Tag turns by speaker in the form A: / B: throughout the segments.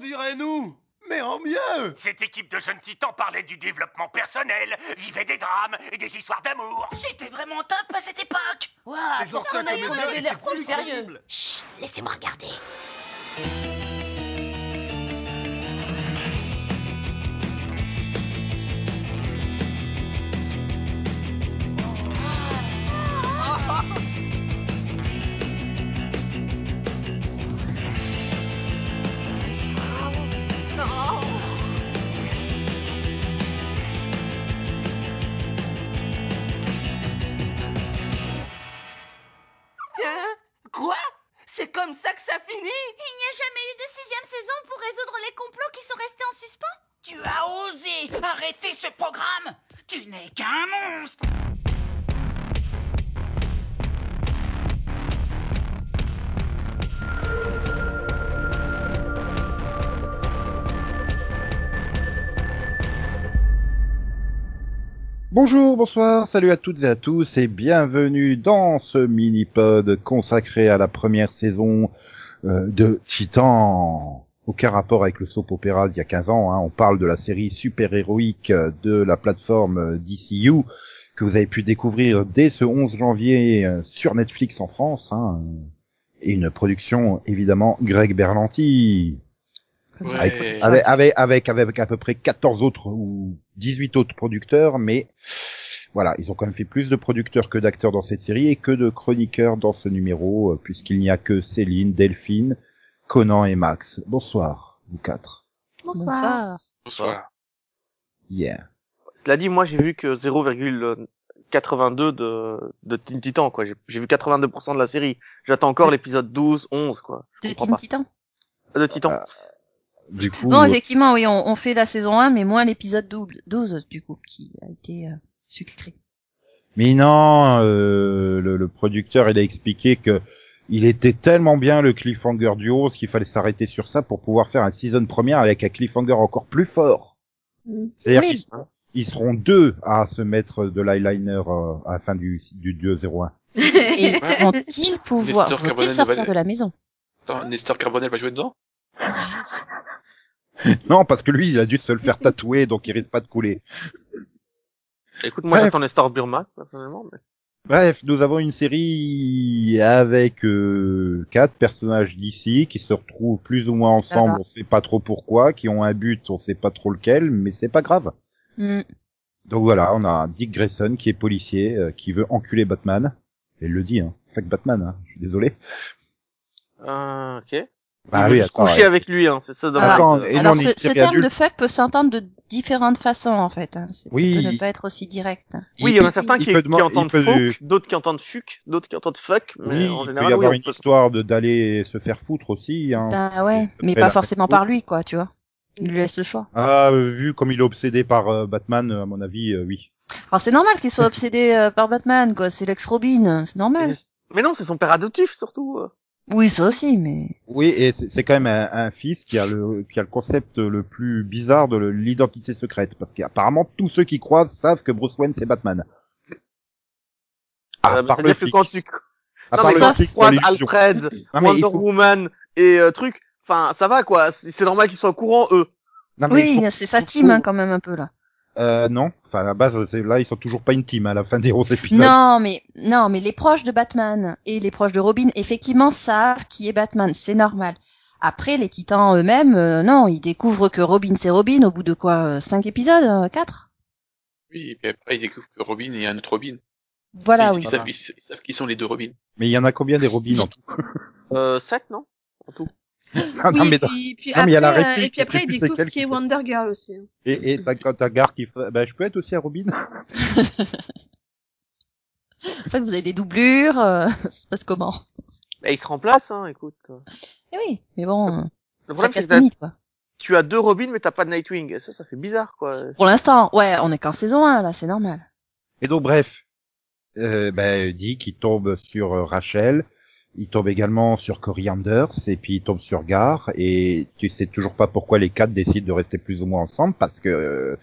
A: dirait-nous mais en mieux
B: Cette équipe de jeunes titans parlait du développement personnel, vivait des drames et des histoires d'amour.
C: J'étais vraiment top à cette époque Ouah,
A: Les
C: pour
A: anciens
C: qu'on a eu, Ah, on
A: comédiens
C: avait l'air
A: étaient
C: trop
A: plus
C: sérieux
A: crédibles.
C: Chut, laissez-moi regarder Hein?
D: Hein Quoi C'est comme ça que ça finit
E: Il n'y a jamais eu de sixième saison pour résoudre les complots qui sont restés en suspens
C: Tu as osé arrêter ce programme Tu n'es qu'un monstre
F: Bonjour, bonsoir, salut à toutes et à tous et bienvenue dans ce mini-pod consacré à la première saison euh, de Titan. Aucun rapport avec le soap opéra d'il y a 15 ans, hein. on parle de la série super-héroïque euh, de la plateforme euh, DCU que vous avez pu découvrir dès ce 11 janvier euh, sur Netflix en France. hein. Et une production évidemment Greg Berlanti.
G: Ouais.
F: Avec, avec, avec, avec à peu près 14 autres ou 18 autres producteurs, mais voilà, ils ont quand même fait plus de producteurs que d'acteurs dans cette série et que de chroniqueurs dans ce numéro, euh, puisqu'il n'y a que Céline, Delphine, Conan et Max. Bonsoir, vous quatre.
H: Bonsoir.
G: Bonsoir.
F: Yeah.
I: Cela dit, moi j'ai vu que euh, 0,82 de, de Teen Titan, quoi. J'ai j'ai vu 82% de la série. J'attends encore l'épisode 12, 11, quoi.
H: De
I: comprends
H: Teen
I: pas.
H: Titan.
I: De Titan.
F: Du coup,
H: Bon,
F: euh,
H: effectivement, oui, on, on fait la saison 1, mais moins l'épisode double 12, du coup, qui a été euh, sucré.
F: mais non, euh, le, le producteur, il a expliqué que il était tellement bien le cliffhanger du 11 qu'il fallait s'arrêter sur ça pour pouvoir faire un season première avec un cliffhanger encore plus fort.
H: Mm.
F: C'est-à-dire
H: Oui.
F: qu'ils seront- ils seront deux à se mettre de l'eyeliner euh, à la fin du, du, du 01.
H: Et vont-ils pouvoir
G: Nestor
H: vont-ils
G: Carbonel
H: sortir
G: va-
H: de la maison
G: Attends, Nestor Carbonel va jouer dedans
F: Non, parce que lui, il a dû se le faire tatouer, donc il risque pas de couler.
I: Écoute, moi
F: Bref.
I: j'attends les Star Burma, personnellement. mais-
F: Bref, nous avons une série avec euh, quatre personnages d'ici qui se retrouvent plus ou moins ensemble,
H: Ah.
F: on sait pas trop pourquoi, qui ont un but, on sait pas trop lequel, mais c'est pas grave.
H: Hmm,
F: Donc voilà, on a Dick Grayson qui est policier, euh, qui veut enculer Batman. Et il le dit, hein. Fuck Batman, hein. je suis désolé.
I: Euh, ok.
F: Bah oui,
I: Je me suis
F: attends.
I: couché
F: ouais.
I: avec lui, hein. C'est ça dans
H: Ah.
F: Attends,
I: la-
F: et
H: Alors,
F: non,
H: ce,
F: il
H: ce
F: est
H: terme
F: adulte.
H: de fuck peut s'entendre de différentes façons, en fait. Hein. C'est-
F: Oui.
H: Ça peut ne pas être aussi direct.
I: Oui, il y en a certains qui,
F: peut
I: qui
F: demand- il
I: entendent
F: peut-
I: fuck, d'autres qui entendent fuck, d'autres qui entendent fuck, mais
F: Oui, il
I: en
F: peut y
I: général, oui,
F: avoir
I: on
F: une
I: peut-
F: histoire de d'aller se faire foutre aussi. Hein.
H: Bah ouais,
F: Ça
H: mais
F: fait
H: pas
F: la-
H: forcément par lui, quoi, tu vois. Il lui laisse le choix.
F: Ah, euh, vu comme il est obsédé par euh, Batman, euh, à mon avis, euh, oui.
H: Alors, c'est normal qu'il soit obsédé euh, par Batman, quoi. C'est l'ex-Robin, c'est normal.
I: Mais non, c'est son père adoptif, surtout. euh.
H: Oui, ça aussi, mais...
F: Oui, et c'est c'est quand même un, un fils qui a le qui a le concept le plus bizarre de le- l'identité secrète, parce qu'apparemment tous ceux qui croisent savent que Bruce Wayne c'est Batman.
I: Euh,
F: À
I: mais
F: part Ah, le
I: Euh, C'est-à-dire que
F: flic.
I: quand tu
F: À
I: Non,
F: part
I: mais
F: le
I: quand
F: flic,
I: tu croises
F: dans l'illusion.
I: Alfred,
F: Non, mais il
I: Wonder
F: faut-
I: Woman et euh, truc, enfin ça va quoi, c'est c'est normal qu'ils soient au courant eux.
F: non, mais il
H: oui,
F: faut-
H: c'est sa team, hein, quand même, un peu, là.
F: euh, non. Enfin, à la base, c'est là ils sont toujours pas une team à la fin des 11 épisodes.
H: Non, mais non, mais les proches de Batman et les proches de Robin, effectivement, savent qui est Batman, c'est normal. Après, les Titans eux-mêmes, euh, non, ils découvrent que Robin c'est Robin au bout de quoi euh, cinq épisodes, euh, quatre.
G: Oui, et puis après, ils découvrent que Robin et un autre Robin.
H: Voilà,
G: ils,
H: oui.
G: ils savent, ils, sa- ils savent qui sont les deux Robins.
F: Mais il y en a combien des Robins en tout
I: Euh, 7 non En tout.
F: Non, non,
J: oui,
F: mais
J: et puis, puis
F: non, mais il y a la
J: après, euh,
F: réplique,
J: et puis après,
F: je sais
J: il
F: plus c'est
J: découvre
F: quelle
J: qui
F: qui
J: est
F: fait.
J: Wonder Girl aussi.
F: Et et t'as t'as Gar qui fait, bah je peux être aussi un Robin.
H: En fait, vous avez des doublures, euh, ça se passe comment
I: Et ils se remplacent hein, écoute. Le
H: Eh oui, mais bon, euh, ça
I: problème c'est
H: casse
I: que t'as-
H: limite, quoi.
I: tu as deux Robin mais t'as pas de Nightwing, et ça ça fait bizarre quoi.
H: Pour l'instant, ouais, on est qu'en saison 1, là, c'est normal.
F: Et donc bref, euh, ben, Dick il tombe sur euh, Rachel, il tombe également sur Cory Anders et puis il tombe sur Gar et tu sais toujours pas pourquoi les quatre décident de rester plus ou moins ensemble parce que euh,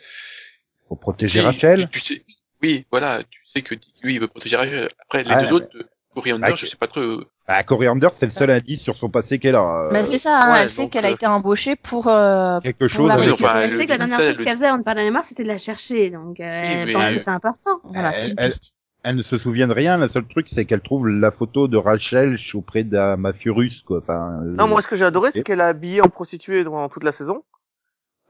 F: faut protéger
G: Si,
F: Rachel.
G: tu, tu sais, oui, voilà, tu sais que lui, il veut protéger Rachel. Après, les
F: Ah,
G: deux
F: mais-
G: autres, euh, Ori Hunter,
F: Ah,
G: je
F: que-
G: sais pas trop. euh,
F: Bah, Corey Anders, c'est le seul indice sur son passé qu'elle a. euh,
H: Mais c'est ça, hein,
G: ouais,
H: elle sait
G: donc,
H: qu'elle a
G: euh,
H: été embauchée pour. euh,
F: quelque
H: pour
J: Bah,
F: chose.
H: la
F: avec-
G: Oui, enfin,
J: elle
G: le-
J: sait que la
G: le-
J: dernière
G: ça,
J: chose
G: le-
J: qu'elle faisait avant de parler à la mort, c'était de la chercher. Donc, euh, elle
G: mais
J: pense
G: elle-
J: que c'est important.
H: Voilà, c'est une
F: elle-
H: piste.
F: Elle ne se souvient de rien. Le seul truc, c'est qu'elle trouve la photo de Rachel auprès d'un mafieux russe, quoi. Enfin.
I: Non, moi, ce que j'ai adoré, c'est
F: Ok.
I: qu'elle a habillé en prostituée durant toute la saison.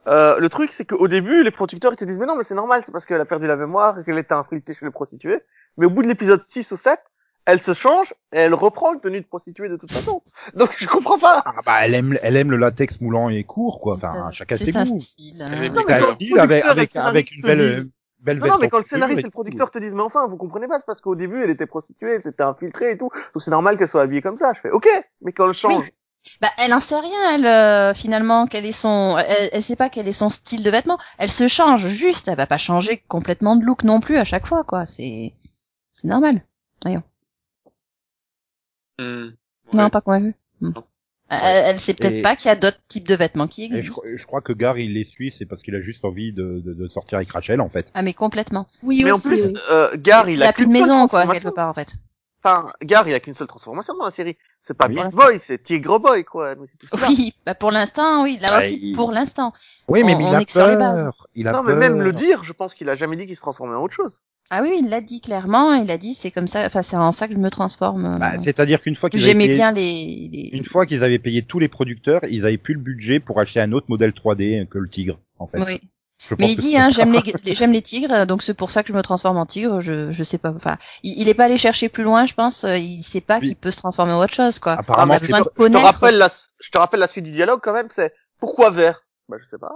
I: Euh, le truc, c'est qu'au début, les producteurs ils te disent, mais non, mais c'est normal, c'est parce qu'elle a perdu la mémoire et qu'elle était infiltrée chez les prostituées. Mais au bout de l'épisode 6 ou 7, elle se change et elle reprend le tenue de prostituée de toute façon. Donc, je comprends pas.
F: Ah, bah, elle aime, elle aime le latex mmoulant et court, quoi.
H: C'est
F: Enfin,
H: un-
F: chacun ses
H: C'est un
F: goûts.
H: style.
G: Elle est
H: hein.
G: Non,
I: mais quand le
F: Style avec,
I: producteur et le
F: avec, avec
I: scénariste
F: une belle,
I: disent-
F: euh, belle
I: Non, non,
F: veste
I: mais quand le
F: en cuir
I: scénariste et
F: et tout.
I: le producteur te disent, mais enfin, vous comprenez pas, c'est parce qu'au début, elle était prostituée, c'était infiltrée et tout. Donc, c'est normal qu'elle soit habillée comme ça. Je fais, ok, mais quand elle change.
H: Bah, elle en sait rien, elle, euh, finalement, quel est son, elle, elle sait pas quel est son style de vêtement. Elle se change juste, elle va pas changer complètement de look non plus à chaque fois, quoi. C'est, c'est normal.
G: Hmm.
H: Non,
G: Ouais.
H: pas convaincue. Hmm. Elle, elle sait peut-être
F: Et-
H: pas qu'il y a d'autres types de vêtements qui
F: Et je,
H: existent.
F: crois- je crois que Gar, il les suit, c'est parce qu'il a juste envie de, de, de sortir avec Rachel, en fait.
H: Ah, mais complètement.
J: Oui,
I: mais en
J: aussi.
I: plus,
J: oui.
I: euh, Gar, il,
H: il a plus de
I: qu'une seule
H: maison, quoi,
I: transformation.
H: quelque part, en fait.
I: Enfin, Gar, il a qu'une seule transformation dans la série. C'est pas
F: Oui.
I: Big Boy, c'est Tigre Boy, quoi. Mais c'est tout ça.
H: Oui, bah, pour l'instant, oui, là
F: Bah,
H: aussi,
F: il-
H: pour l'instant.
F: Oui, mais
H: On-
F: il
H: on
F: a
H: est que sur les bases.
F: peur. Il a
I: Non, mais
F: peur.
I: même le dire, je pense qu'il a jamais dit qu'il se transformait en autre chose.
H: Ah oui, il l'a dit clairement, il a dit, c'est comme ça, enfin, c'est en ça que je me transforme. euh.
F: Bah, c'est-à-dire qu'une fois qu'ils avaient
H: J'aimais
F: payé-
H: bien les, les-
F: une fois qu'ils avaient payé tous les producteurs, ils avaient plus le budget pour acheter un autre modèle 3D que le tigre, en fait.
H: Oui.
F: Je pense
H: Mais il
F: que
H: dit,
F: c'est ça.
H: hein, j'aime les, les- j'aime les tigres, donc c'est pour ça que je me transforme en tigre. Je, je sais pas. Enfin, il, il est pas allé chercher plus loin, je pense. euh, Il sait pas
F: Oui.
H: qu'il peut se transformer en autre chose, quoi.
F: Apparemment,
H: on a
I: je,
F: c'est
I: te,
H: besoin de
I: je te
H: connaître.
I: rappelle la, je te rappelle la suite du dialogue quand même, c'est pourquoi vert? Bah, je sais pas.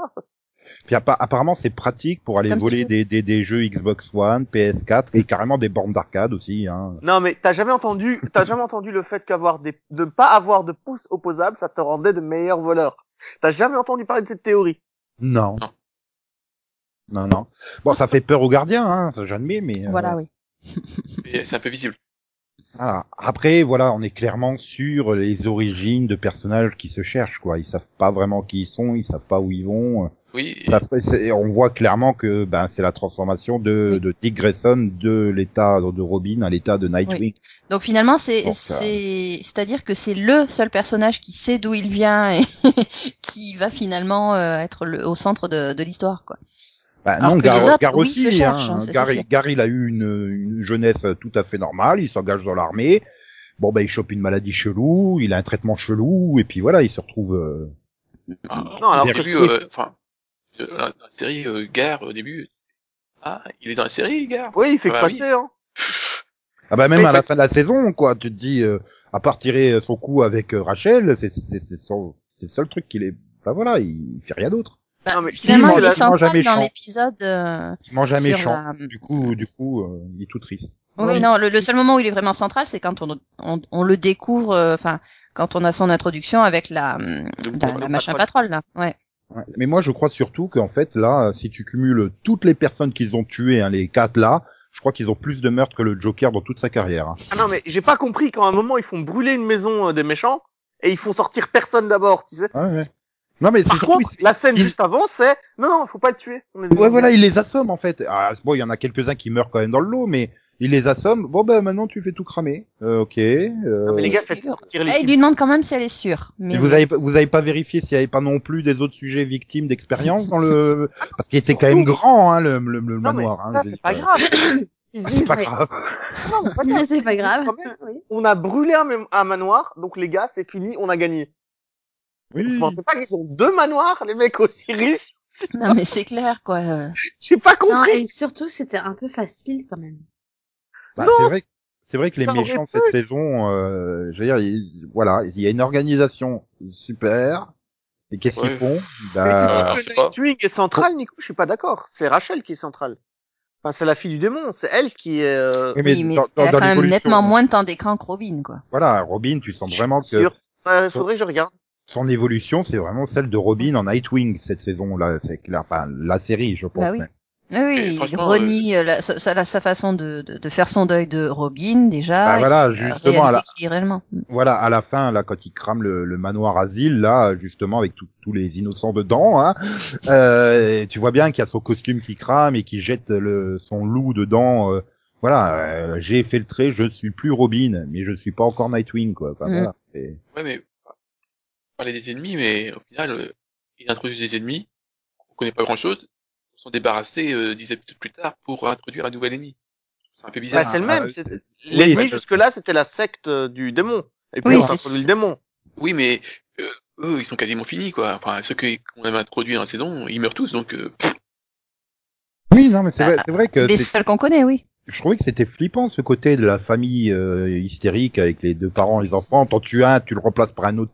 F: Puis appa- apparemment, c'est pratique pour aller
H: Comme
F: voler
H: toujours.
F: des, des, des jeux Xbox One, PS4 et carrément des bornes d'arcade aussi. Hein.
I: Non, mais t'as jamais entendu, t'as jamais entendu le fait qu'avoir des, de pas avoir de pouces opposables, ça te rendait de meilleurs voleurs. T'as jamais entendu parler de cette théorie.
F: Non.
G: Non.
F: Non, non. Bon, ça fait peur aux gardiens, hein, ça, j'admets, mais... euh,
H: Voilà, oui.
G: Mais C'est un peu visible.
F: voilà. Après, voilà, on est clairement sur les origines de personnages qui se cherchent, quoi. Ils savent pas vraiment qui ils sont, ils savent pas où ils vont.
G: Oui. et-
F: Ça, c'est- c'est- on voit clairement que ben, c'est la transformation de,
H: Oui.
F: de Dick Grayson de l'état de Robin à l'état de Nightwing.
H: Donc finalement, c'est,
F: Donc, ça-
H: c'est, c'est-à-dire que c'est le seul personnage qui sait d'où il vient et qui va finalement euh, être le- au centre de, de l'histoire, quoi.
F: Bah,
H: Alors
F: non,
H: que
F: Gar,
H: les autres,
F: Gar
H: oui,
F: aussi,
H: se cherchent,
F: hein.
H: hein, ça,
F: Gar,
H: c'est sûr.
F: Gar, il a eu une, une jeunesse tout à fait normale, il s'engage dans l'armée, bon ben il chope une maladie chelou, il a un traitement chelou, et puis voilà, il se retrouve... euh,
G: Ah,
I: Non, alors,
G: au
F: bien
G: début,
F: sûr.
G: euh, enfin, euh, dans la série, euh, Gare, au début, ah, il est dans la série, Gare.
I: Oui, il fait
G: Bah
I: que
G: oui.
I: passer, hein.
F: Ah bah même
I: Mais
F: à la
I: ça-
F: fin de la saison, quoi, tu te dis, euh, à part tirer son coup avec euh, Rachel, c'est c'est- c'est son- c'est le seul truc qu'il est... Bah voilà, il fait rien d'autre.
H: Bah,
I: Non, mais
H: finalement,
I: si,
H: il
I: moi,
H: est
I: je-
F: moi,
H: central
F: jamais
H: dans
F: chante.
H: l'épisode. euh,
F: Il mange un
H: Sur
F: méchant,
H: la-
F: du coup, du coup euh, il est tout triste.
H: Oui, non, le, le seul moment où il est vraiment central, c'est quand on, on, on le découvre, euh, enfin, quand on a son introduction avec la, hum, la, la machin patrole, là. Ouais.
F: Ouais. Mais moi, je crois surtout qu'en fait, là, euh, si tu cumules toutes les personnes qu'ils ont tuées, hein, les quatre là, je crois qu'ils ont plus de meurtres que le Joker dans toute sa carrière. hein.
I: Ah non, mais j'ai pas compris quand à un moment ils font brûler une maison euh, des méchants et ils font sortir personne d'abord, tu sais.
F: Ouais, ouais. Non, mais c'est
I: Par
F: surtout,
I: contre, la scène
F: il-
I: juste avant, c'est non, non, faut pas le tuer. On est des
F: ouais, voilà,
I: zombies.
F: il les assomme en fait. Ah, bon, il y en a quelques-uns qui meurent quand même dans le lot, mais il les assomme. Bon, ben maintenant, tu fais tout cramer. Euh, ok. euh,
I: Non, mais les gars,
H: Euh,
I: faites
H: sûr.
I: sortir les
H: Et il lui demande quand même si elle est sûre. Mais
F: et vous avez pas- vous avez pas vérifié s'il y avait pas non plus des autres sujets victimes d'expérience dans le parce qu'il était quand même grand hein le, le, le
I: Non, mais
F: manoir hein,
I: ça,
F: je veux
I: c'est pas
F: dire.
I: grave.
J: Ils
F: Ah,
J: disent,
F: c'est pas
J: ouais.
F: grave
I: Non, mais pas
J: Mais
I: grave.
J: c'est pas
I: Ils
J: grave.
I: disent quand même,
J: Oui.
I: On a brûlé un, mé- un manoir, donc les gars, c'est fini, on a gagné. Je
F: oui.
I: pensais pas qu'ils ont deux manoirs, les mecs aussi riches.
H: Non, mais c'est clair, quoi. euh.
I: J'ai pas
J: Non,
I: compris.
J: et surtout, c'était un peu facile quand même.
F: Bah,
I: Non,
F: c'est vrai, que- c'est vrai que les
I: ça aurait
F: méchants
I: pu.
F: cette saison, euh, je veux dire, il- voilà, il y a une organisation super. Et qu'est-ce
G: Ouais.
F: qu'ils font
I: Mais tu dis
F: bah,
G: alors,
I: que
G: c'est Ah, pas-
I: Nightwing est central, Nico, je suis pas d'accord. C'est Rachel qui est centrale. Enfin, c'est la fille du démon, c'est elle qui est... euh,
F: oui,
H: Oui, mais
F: dans- dans-
H: elle a
F: dans
H: quand même
F: l'évolution,
H: nettement moins de temps d'écran que Robin, quoi.
F: Voilà, Robin, tu sens vraiment que
I: Sur... Euh, faudrait que je regarde.
F: son évolution, c'est vraiment celle de Robin en Nightwing cette saison là, c'est clair, enfin la série, je pense.
H: Bah oui.
F: même.
H: Oui, oui, il
G: franchement,
H: renie euh, la- sa, sa- sa façon de, de, de faire son deuil de Robin, déjà.
F: Bah voilà,
H: et, euh,
F: justement,
H: réaliser
F: là.
H: qu'il est réellement.
F: Voilà, à la fin là, quand il crame le, le manoir asile là, justement avec tout- tous les innocents dedans, hein, euh, tu vois bien qu'il y a son costume qui crame et qui jette le, son loup dedans. euh, voilà, euh, j'ai fait le trait, je ne suis plus Robin, mais je ne suis pas encore Nightwing, quoi. Enfin,
H: Mm.
F: voilà, c'est-
G: Ouais, mais parler des ennemis, mais au final, euh, ils introduisent des ennemis, on connaît pas grand-chose, ils sont débarrassés euh, dix épisodes plus tard pour introduire un nouvel ennemi. C'est un peu
I: Bah,
G: bizarre.
I: c'est le
F: ah,
I: même.
F: oui,
I: c'est-
F: c'est-
I: L'ennemi
F: oui, je-
I: jusque-là, c'était la secte euh, du démon. Et puis
H: Oui,
I: on a
H: c'est-
I: introduit le démon.
G: Oui, mais euh, eux, ils sont quasiment finis, quoi. Enfin, ceux que- qu'on avait introduits dans la saison, ils meurent tous, donc euh, pff,
F: oui, non, mais c'est vrai, c'est vrai que
I: Bah,
H: Les
F: Euh, c'est-
H: seuls qu'on connaît, oui.
F: je trouvais que c'était flippant ce côté de la famille euh, hystérique avec les deux parents, les enfants. T'en tues un, tu le remplaces par un autre.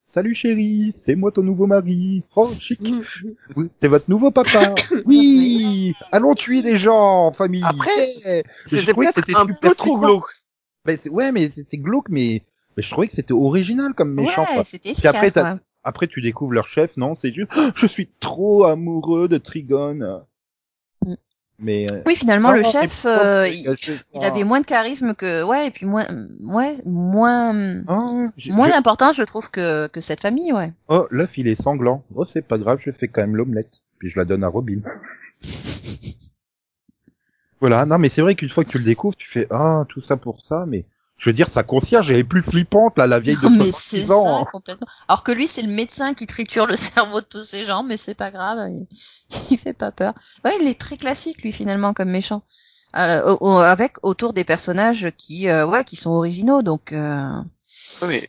F: Salut chérie, c'est moi ton nouveau mari. Oh chic,
H: Mm.
F: Oui, c'est votre nouveau papa. Oui, allons tuer des gens en famille.
I: Après,
F: Yeah. Je
I: C'était
F: trouvais que
I: peut-être
F: c'était
I: un
F: super
I: peu trop
F: flippant.
I: glauque.
F: Mais c'est- ouais, mais c'était glauque, mais, mais je trouvais que c'était original comme méchant. quoi.
H: ouais, c'était
F: Puis
H: efficace.
F: après, t'as-
H: ouais.
F: après, tu découvres leur chef, non C'est juste, Oh, je suis trop amoureux de Trigon.
H: Mm.
F: Mais euh,
H: Oui, finalement,
F: Non,
H: le
F: non,
H: chef,
F: c'est-
H: euh,
F: c'est-
H: il,
F: c'est-
H: il avait moins de charisme que, ouais, et puis moins, ouais, moins,
F: hein, j'ai-
H: moins
F: je-
H: d'importance, je trouve, que, que cette famille, ouais.
F: oh, l'œuf il est sanglant. Oh, c'est pas grave, je fais quand même l'omelette. Puis je la donne à Robin. voilà. Non, mais c'est vrai qu'une fois que tu le découvres, tu fais ah tout ça pour ça, mais je veux dire sa concierge elle est plus flippante là, la vieille de
H: Non, mais
F: 66
H: c'est
F: ans. hein.
H: ça, complètement. Alors que lui, c'est le médecin qui triture le cerveau de tous ces gens, mais c'est pas grave, il, il fait pas peur. Ouais, il est très classique, lui, finalement, comme méchant. Euh, au- au- avec autour des personnages qui, euh, ouais, qui sont originaux, donc euh,
G: ouais,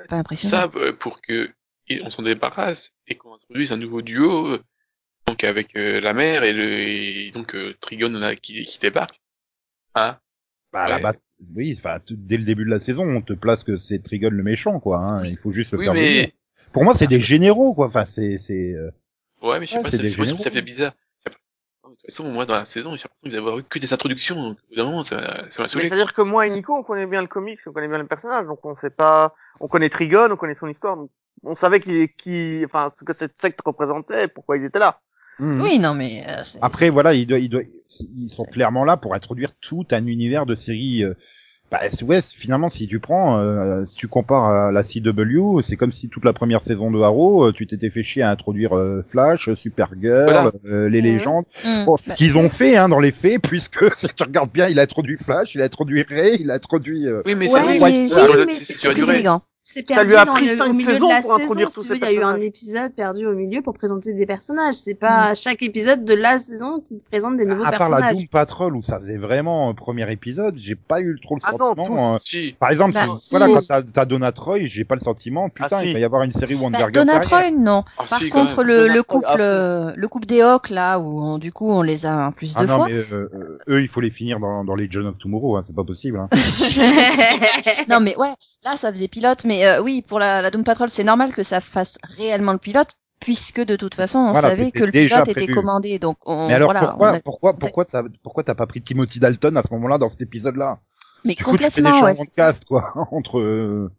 G: mais
H: pas impressionnant.
G: ça euh, pour que ils- on s'en débarrasse et qu'on introduise un nouveau duo, euh, donc avec euh, la mère et, le, et donc euh, Trigon là, qui, qui débarque. Hein
F: Bah, à la
G: Ouais.
F: base, oui, enfin, t- dès le début de la saison, on te place que c'est Trigon le méchant, quoi. Hein. Il faut juste le
G: Oui,
F: faire venir.
G: mais
F: Pour moi, c'est des généraux, quoi. Enfin, c'est, c'est. euh,
G: ouais, mais je sais
F: Ouais,
G: pas,
F: c'est
G: ça,
F: des
G: je sais pas si
F: généraux.
G: ça fait bizarre. J'ai l'impression- non, mais De toute façon, moi, dans la saison, j'ai l'impression d'avoir eu que des introductions, donc au bout d'un moment, ça, ça m'a
I: Mais
G: saoulé.
I: C'est-à-dire que moi et Nico, on connaît bien le comics, on connaît bien le personnage, donc on sait pas, on connaît Trigon, on connaît son histoire, donc on savait qui, qui, enfin, ce que cette secte représentait, et pourquoi ils étaient là.
F: hum.
H: Oui, non, mais euh, c'est-
F: Après, voilà, ils, doivent- ils, doivent- ils sont
H: C'est-
F: clairement là pour introduire tout un univers de séries. euh, Bah, c'est- ouais, c'est- finalement, si tu prends, euh, si tu compares à la CW, c'est comme si toute la première saison de Arrow, euh, tu t'étais fait chier à introduire euh, Flash, euh, Supergirl,
G: Voilà.
F: euh, les
J: Mhm.
F: légendes.
H: c'est- hmm,
F: Bon, ce
H: bah,
F: qu'ils ont fait, hein, dans les faits, puisque si tu regardes bien, il a introduit Flash, il a introduit Ray, il a introduit. euh,
G: Oui, mais
H: Ouais,
G: ça, c'est
H: mais-
G: c'est
H: oui,
G: sur le-
J: mais
G: c'est- c'est
J: c'est
G: sur la
H: plus
G: durée.
H: élégant.
J: C'est
I: Ça
J: perdu
I: lui a
J: dans
I: pris
J: le-
I: cinq
J: au milieu
I: saisons
J: de la
I: pour introduire
J: saison.
I: tous
J: Si
I: ces
J: tu veux, il y a eu un
I: personnages.
J: épisode perdu au milieu pour présenter des personnages. C'est pas chaque épisode de la saison qui te présente des nouveaux
F: Mm. à part
J: personnages.
F: la Doom Patrol où ça faisait vraiment euh, premier épisode, j'ai pas eu trop le
I: Ah non,
F: sentiment. euh,
G: Si.
F: par exemple,
H: Bah,
F: si-
H: si.
F: voilà, quand t'as- t'as Donna Troy, j'ai pas le sentiment, putain,
I: Ah, si.
F: il va y avoir une série Wonder
H: Bah,
F: Girl
H: Donna
F: derrière.
H: Troy, non.
G: Ah,
H: Par
G: si, quand
H: contre,
G: même.
H: le,
I: Donna
H: le
I: Troy, ah,
H: couple,
I: oui.
H: euh, le couple des Hawks, là, où on- du coup, on les a un plus
F: Ah
H: de
F: non,
H: fois.
F: mais euh, euh, eux, il faut les finir dans, dans les John of Tomorrow, hein, c'est pas possible. Hein.
H: non mais ouais, là ça faisait pilote, mais euh, oui pour la, la Doom Patrol c'est normal que ça fasse réellement le pilote puisque de toute façon on
F: Voilà,
H: savait
F: c'était
H: que le
F: déjà
H: pilote était
F: prévu.
H: commandé, donc on,
F: mais alors,
H: voilà,
F: pourquoi,
H: on a-
F: pourquoi, pourquoi, t'as, pourquoi t'as pas pris Timothy Dalton à ce moment-là dans cet épisode-là
H: mais
F: Du coup, tu fais des
H: complètement
F: changements
H: ouais.
F: de
H: c'est-
F: cast, quoi, entre. euh,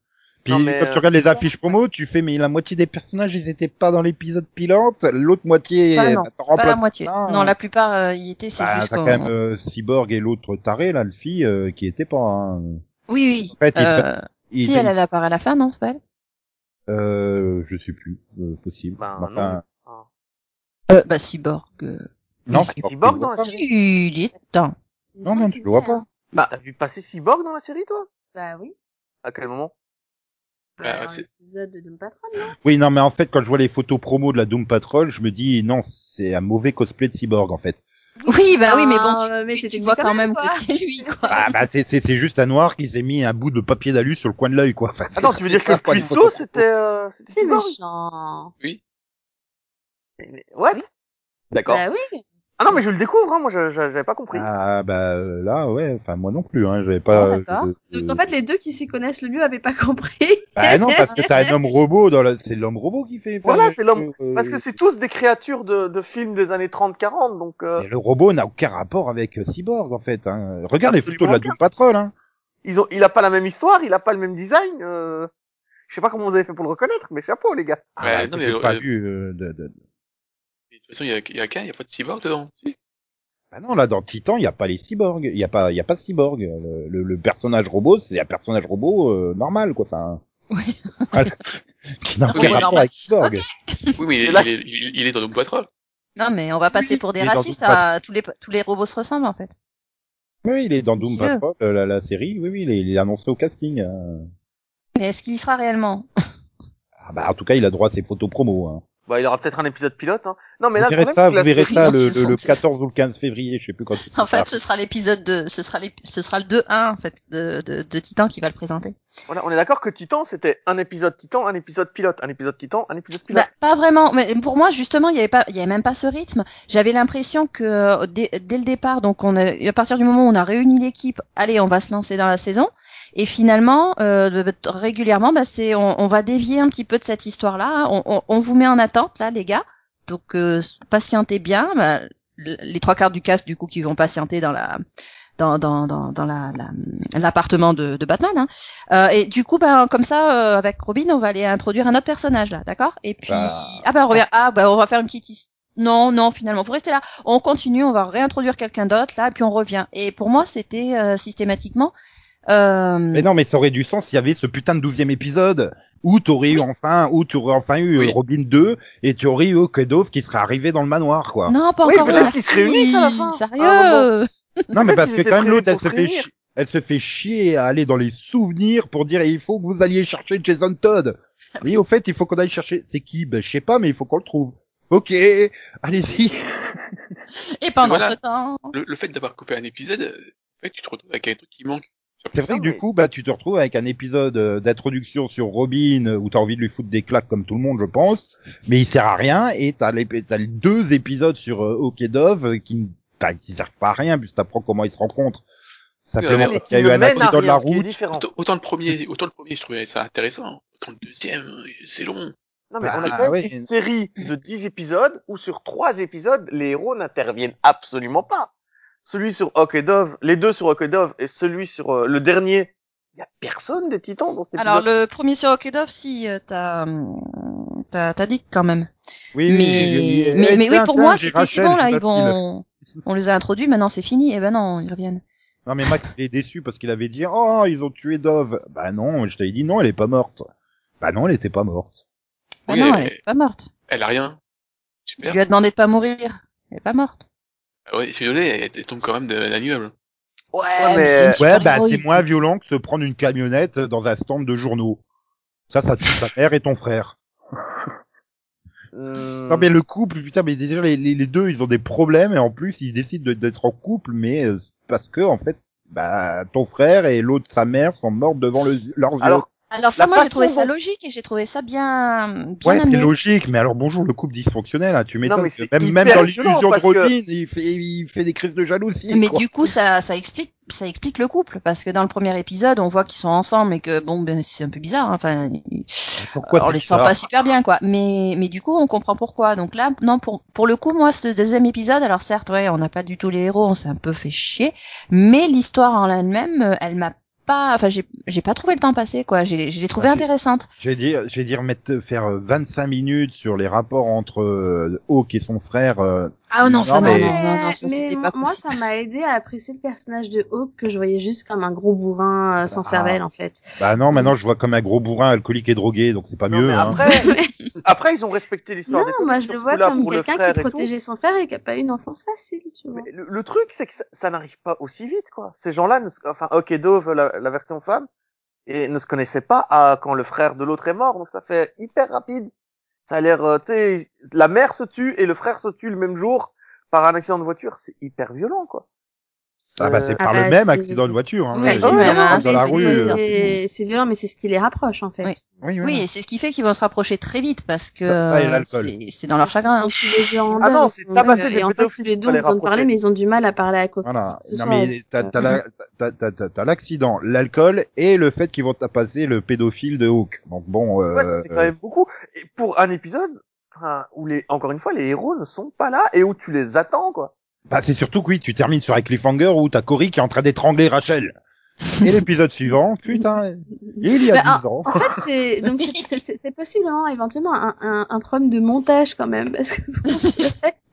F: Puis
I: Non, mais,
F: quand tu
I: euh,
F: regardes les
H: c'est ça.
F: affiches promo, tu fais mais la moitié des personnages ils étaient pas dans l'épisode pilote, l'autre moitié
H: Pas, non,
F: bah, t'en
H: Pas la
F: remplaces
H: moitié.
F: un.
H: Non, la plupart euh, y étaient, c'est
F: Bah,
H: juste
F: t'as
H: qu'on-
F: quand même euh, Cyborg et l'autre taré là, le fille euh, qui était pas. hein.
H: Oui, oui.
F: En fait, il-
H: euh,
F: il
H: si
F: était-
H: elle, elle apparaît à la fin, non, c'est pas elle
F: euh, je sais plus, euh, possible.
I: Ben,
F: Enfin,
H: euh, Bah Cyborg. euh,
F: non,
H: Oui.
F: c'est pas-
I: Cyborg dans la
H: si,
I: série.
H: il y est dedans.
F: Non, non, tu le vois
I: hein.
F: pas.
I: T'as vu passer Cyborg dans la série, toi?
J: hein. Bah oui.
I: À quel moment?
G: Bah,
J: Bah, dans
G: c'est-
J: l'épisode de Doom Patrol, non
F: Oui, non, mais en fait, quand je vois les photos promo de la Doom Patrol, je me dis non, c'est un mauvais cosplay de Cyborg en fait.
H: Oui, bah oui, mais bon,
J: Ah, mais
H: tu,
J: c'était
H: tu
J: lui
H: vois quand même
J: quoi.
H: que c'est lui, quoi.
I: Ah,
F: Bah, bah, c'est c'est c'est juste un noir qui s'est mis un bout de papier d'alu sur le coin de l'œil quoi. Enfin,
I: Attends, tu veux dire que
F: c'est quoi, les
I: Cuisto,
F: photos
I: c'était, euh, c'était
J: C'est
I: Cyborg?
J: méchant.
I: Mais- What?
H: Oui.
I: D'accord.
J: Bah oui.
I: Ah non, mais je le découvre, hein, moi, je, je- j'avais pas compris.
F: Ah bah euh, là ouais, enfin moi non plus, hein, j'avais pas.
H: Ah,
F: euh,
H: d'accord.
F: je-
I: Hmm.
J: Donc en fait, les deux qui s'y connaissent le mieux avaient pas compris.
F: Bah non parce que t'as un homme robot dans la... c'est l'homme robot qui fait.
I: Voilà,
F: faire-
I: c'est l'homme.
F: euh,
I: Parce que c'est tous des créatures de, de films des années 30-40, donc, euh,
F: mais le robot n'a aucun rapport avec euh, Cyborg en fait. Hein. Regarde les
I: Absolument
F: photos de la
I: aucun.
F: Doom Patrol. Hein.
I: ils ont, il a pas la même histoire, il a pas le même design, euh, je sais pas comment vous avez fait pour le reconnaître, mais chapeau, les gars.
G: Ouais,
F: Ah,
G: non,
F: que
G: mais,
F: j'ai pas
G: euh,
F: vu. euh, de, de-
G: de toute façon, il y a, il y a qu'un, il n'y a pas de cyborg dedans. Si.
F: Bah non là dans Titan il y a pas les cyborgs, il y a pas il y a pas de cyborg. Le, le- le personnage robot c'est un personnage robot euh, normal quoi. Enfin.
H: Oui.
F: Voilà. qui n'a
H: Un
F: aucun
H: robot
F: rapport
H: normal.
F: avec cyborg.
G: Oui, mais il,
I: là-
G: il est, il, il est dans Doom Patrol.
H: Non, mais on va passer pour des
F: mais dans
H: racistes.
F: une boîte.
H: à- Tous, les, tous les robots se ressemblent, en fait.
F: Oui, il est dans Doom
H: Dis-le.
F: Patrol, euh, la, la série. Oui, oui, il est, il est annoncé au casting. euh.
H: Mais est-ce qu'il y sera réellement
F: Ah bah, en tout cas, il a droit à ses photos promo. Hein.
I: Bah, il y aura peut-être un épisode pilote. Hein. Non, mais là,
F: vous
I: le
F: verrez
I: problème,
F: ça,
I: c'est que
F: vous
I: la
F: verrez
H: série-
F: ça
H: Non,
F: le,
H: c'est
F: le- le
H: censé-
F: 14 ou le 15 février, je sais plus quand. c'est.
H: En fait, ce sera l'épisode de, ce sera l'ép- ce sera le 2-1 en fait de, de, de Titan qui va le présenter.
I: Voilà, on est d'accord que Titan, c'était un épisode Titan, un épisode pilote, un épisode Titan, un épisode pilote.
H: Bah, pas vraiment. Mais pour moi, justement, il y avait pas, il y avait même pas ce rythme. J'avais l'impression que euh, dès, dès le départ, donc on a, à partir du moment où on a réuni l'équipe, allez, on va se lancer dans la saison. Et finalement, euh, de- de- régulièrement, bah, c'est, on, on va dévier un petit peu de cette histoire-là. hein. On, on- on vous met en attente là, les gars. Donc euh, patientez bien. Bah, l- les trois quarts du cast, du coup, qui vont patienter dans la dans dans dans, dans la la- l'appartement de, de Batman. hein. Euh, et du coup, ben comme ça, euh, avec Robin, on va aller introduire un autre personnage là, d'accord Et puis
F: Bah.
H: ah ben on revient, ah ben on va faire une petite his- non non finalement vous restez là, on continue, on va réintroduire quelqu'un d'autre là, et puis on revient. Et pour moi, c'était euh, systématiquement. euh,
F: Mais non, mais ça aurait du sens s'il y avait ce putain de 12e épisode où t'aurais eu enfin, où tu aurais enfin eu euh,
G: Oui.
F: Robin 2 et tu aurais eu Okedov qui serait arrivé dans le manoir, quoi.
H: Non, pas
I: Oui,
H: encore
I: peut-être
H: là.
I: qu'ils se réunissent à la
H: Si,
I: fin, Ah, à un
H: Sérieux
F: Non, mais
I: Peut-être
F: parce
I: qu'ils
F: que
I: étaient
F: quand même,
I: prévus
F: l'autre, elle
I: pour
F: se
I: se
F: fait,
I: réunir.
F: chi- elle se fait chier à aller dans les souvenirs pour dire, il faut que vous alliez chercher Jason Todd. Oui, au fait, il faut qu'on aille chercher, c'est qui? Ben, je sais pas, mais il faut qu'on le trouve. Ok, allez-y.
H: Et pendant
G: Voilà.
H: ce temps.
G: Le, le fait d'avoir coupé un épisode, euh, en fait, tu te retrouves avec un truc qui manque.
F: C'est vrai
I: ça,
F: que du
I: mais-
F: coup, bah, tu te retrouves avec un épisode euh, d'introduction sur Robin euh, où t'as envie de lui foutre des claques comme tout le monde, je pense, mais il sert à rien et t'as les, t'as les deux épisodes sur euh, Okedov euh, qui, ne- bah, qui servent pas à rien puisque t'apprends comment ils se rencontrent. Simplement
G: Ouais, mais
F: parce qu'il y a eu
I: ne
F: un
I: mène à
F: accident de la
I: rien, ce qui est
F: route.
I: différent.
G: Autant, autant le premier, autant le premier, je trouvais ça intéressant. Autant le deuxième, euh, c'est long.
I: Non, mais
F: Bah,
I: on a quand même
F: ouais.
I: une série de 10 épisodes où sur 3 épisodes, les héros n'interviennent absolument pas. Celui sur Hawk et Dove, les deux sur Hawk et Dove, et celui sur euh, le dernier. Il y a personne des Titans dans cet épisode.
H: Alors le premier sur Okedov, si euh, t'as hum, t'as t'as dit quand même.
F: Oui, oui, j'ai-
H: mais
F: j'ai-
H: mais,
F: Eh,
H: mais oui,
F: tiens,
H: pour
F: tiens,
H: moi,
F: j'ai
H: c'était
F: Rachel,
H: c'est bon
F: j'ai
H: là,
F: ma
H: ils
F: fille.
H: vont. On les a introduits, maintenant c'est fini. Et ben non, ils reviennent.
F: Non mais Max il est déçu parce qu'il avait dit oh ils ont tué Dove. Bah non, je t'avais dit non elle est pas morte. Bah non elle était pas morte.
H: Ben
G: Oui,
H: non,
G: elle-
H: elle est pas morte.
G: Elle a rien.
H: Il
G: Super.
H: lui a demandé de pas mourir. Elle est pas morte.
G: Ah ouais, je suis désolé, elle, elle tombe quand même de l'immeuble.
H: Ouais,
I: mais
H: mais c'est une
I: ouais,
F: Ouais
H: super
F: bah c'est
H: héroïne.
F: moins violent que se prendre une camionnette euh, dans un stand de journaux. Ça ça tue ta mère et ton frère.
I: Hum,
F: Non mais le couple putain mais déjà les, les, les deux ils ont des problèmes et en plus ils décident de- d'être en couple mais euh, parce que en fait bah ton frère et l'autre sa mère sont mortes devant le, leurs yeux.
I: Alors,
H: Alors ça,
I: La
H: moi j'ai trouvé
I: façon
H: ça
I: dont-
H: logique et j'ai trouvé ça bien bien
F: Ouais, c'est
H: amené.
F: logique, mais alors bonjour, le couple dysfonctionnel, hein, tu m'étonnes.
I: mais
F: que
I: c'est
F: Même,
I: hyper
F: même dans
I: violent,
F: l'illusion de
I: parce que-
F: Robin, il, fait, il fait des crises de jalousie.
H: Mais
F: quoi.
H: du coup, ça, ça explique, ça explique le couple, parce que dans le premier épisode, on voit qu'ils sont ensemble et que bon, ben c'est un peu bizarre. hein, Enfin, ils-
F: pourquoi
H: on
F: c'est
H: les sent
F: bizarre
H: pas super bien, quoi. Mais, mais du coup, on comprend pourquoi. Donc là, non, pour pour le coup, moi, ce deuxième épisode, alors certes, ouais, on n'a pas du tout les héros, on s'est un peu fait chier, mais l'histoire en elle-même, euh, elle m'a pas, enfin, j'ai j'ai pas trouvé le temps passé, quoi. J'ai, je l'ai trouvée
F: Ouais, puis-
H: intéressante.
F: Je vais dire, je vais dire mettre, faire euh, 25 minutes sur les rapports entre euh, Hawk et son frère. euh,
H: Ah non, ça,
F: Non, mais-
H: non, non, non, non, ça,
J: Mais
H: c'était
J: moi-
H: pas
J: moi,
H: possible.
J: ça m'a aidé à apprécier le personnage de Hawk que je voyais juste comme un gros bourrin euh, sans
F: Ah.
J: cervelle en fait.
F: Bah non, maintenant je vois comme un gros bourrin alcoolique et drogué, donc c'est pas
I: non,
F: mieux.
I: mais
F: hein.
I: après, après, ils ont respecté l'histoire
J: Non,
I: des
J: moi
I: comics
J: je
I: sur
J: le
I: ce
J: vois
I: coup-là
J: comme
I: pour le
J: quelqu'un
I: frère
J: qui
I: et tout.
J: protégeait son frère et qui a pas eu une enfance facile, tu vois.
I: Mais le, le truc, c'est que ça, ça n'arrive pas aussi vite, quoi. Ces gens-là, ne se- enfin, Ok Dove, la, la version femme, et ne se connaissaient pas à, quand le frère de l'autre est mort, donc ça fait hyper rapide. Ça a l'air, euh, tu sais, la mère se tue et le frère se tue le même jour par un accident de voiture, c'est hyper violent, quoi.
F: Ah
I: euh,
F: bah c'est
J: Ah
F: par
J: bah,
F: le même
J: c'est-
F: accident de voiture. Hein,
H: Ouais,
F: les-
H: c'est
F: les gens
H: violent,
F: dans
H: c'est-
F: la
H: c'est-
F: rue. euh,
H: c'est-
J: c'est- c'est violent, mais c'est ce qui les rapproche en fait.
H: Oui.
F: Oui,
H: Oui,
F: oui.
H: et c'est ce qui fait qu'ils vont se rapprocher très vite parce que
F: Ah, et
H: euh,
F: l'alcool.
H: c'est c'est dans leur chagrin. hein.
J: Ils sont tous les deux en
I: Ah non,
J: deuil,
I: c'est
J: ils sont-
I: tabasser
J: et
I: des
J: en fait, tous
I: pédophiles,
J: les deux
I: faut
J: ont
I: les
J: besoin de
I: rapprocher.
J: parler, mais ils ont du mal à parler à quoi que
F: Voilà.
J: ce
F: Non
J: soit.
F: mais t'as t'as la- t'as- t'as- t'as- t'as l'accident, l'alcool et le fait qu'ils vont passer le pédophile de Hawk. Donc bon.
I: Ouais,
F: euh,
I: c'est quand même beaucoup. Et pour un épisode, enfin, où les, encore une fois, les héros ne sont pas là et où tu les attends, quoi.
F: Bah, c'est surtout que oui, tu termines sur un cliffhanger où t'as Cory qui est en train d'étrangler Rachel. Et l'épisode suivant, putain, il y a
J: Bah,
F: 10 ans.
J: En fait, c'est donc c'est- c'est c'est- c'est possiblement éventuellement un, un, un problème de montage quand même parce que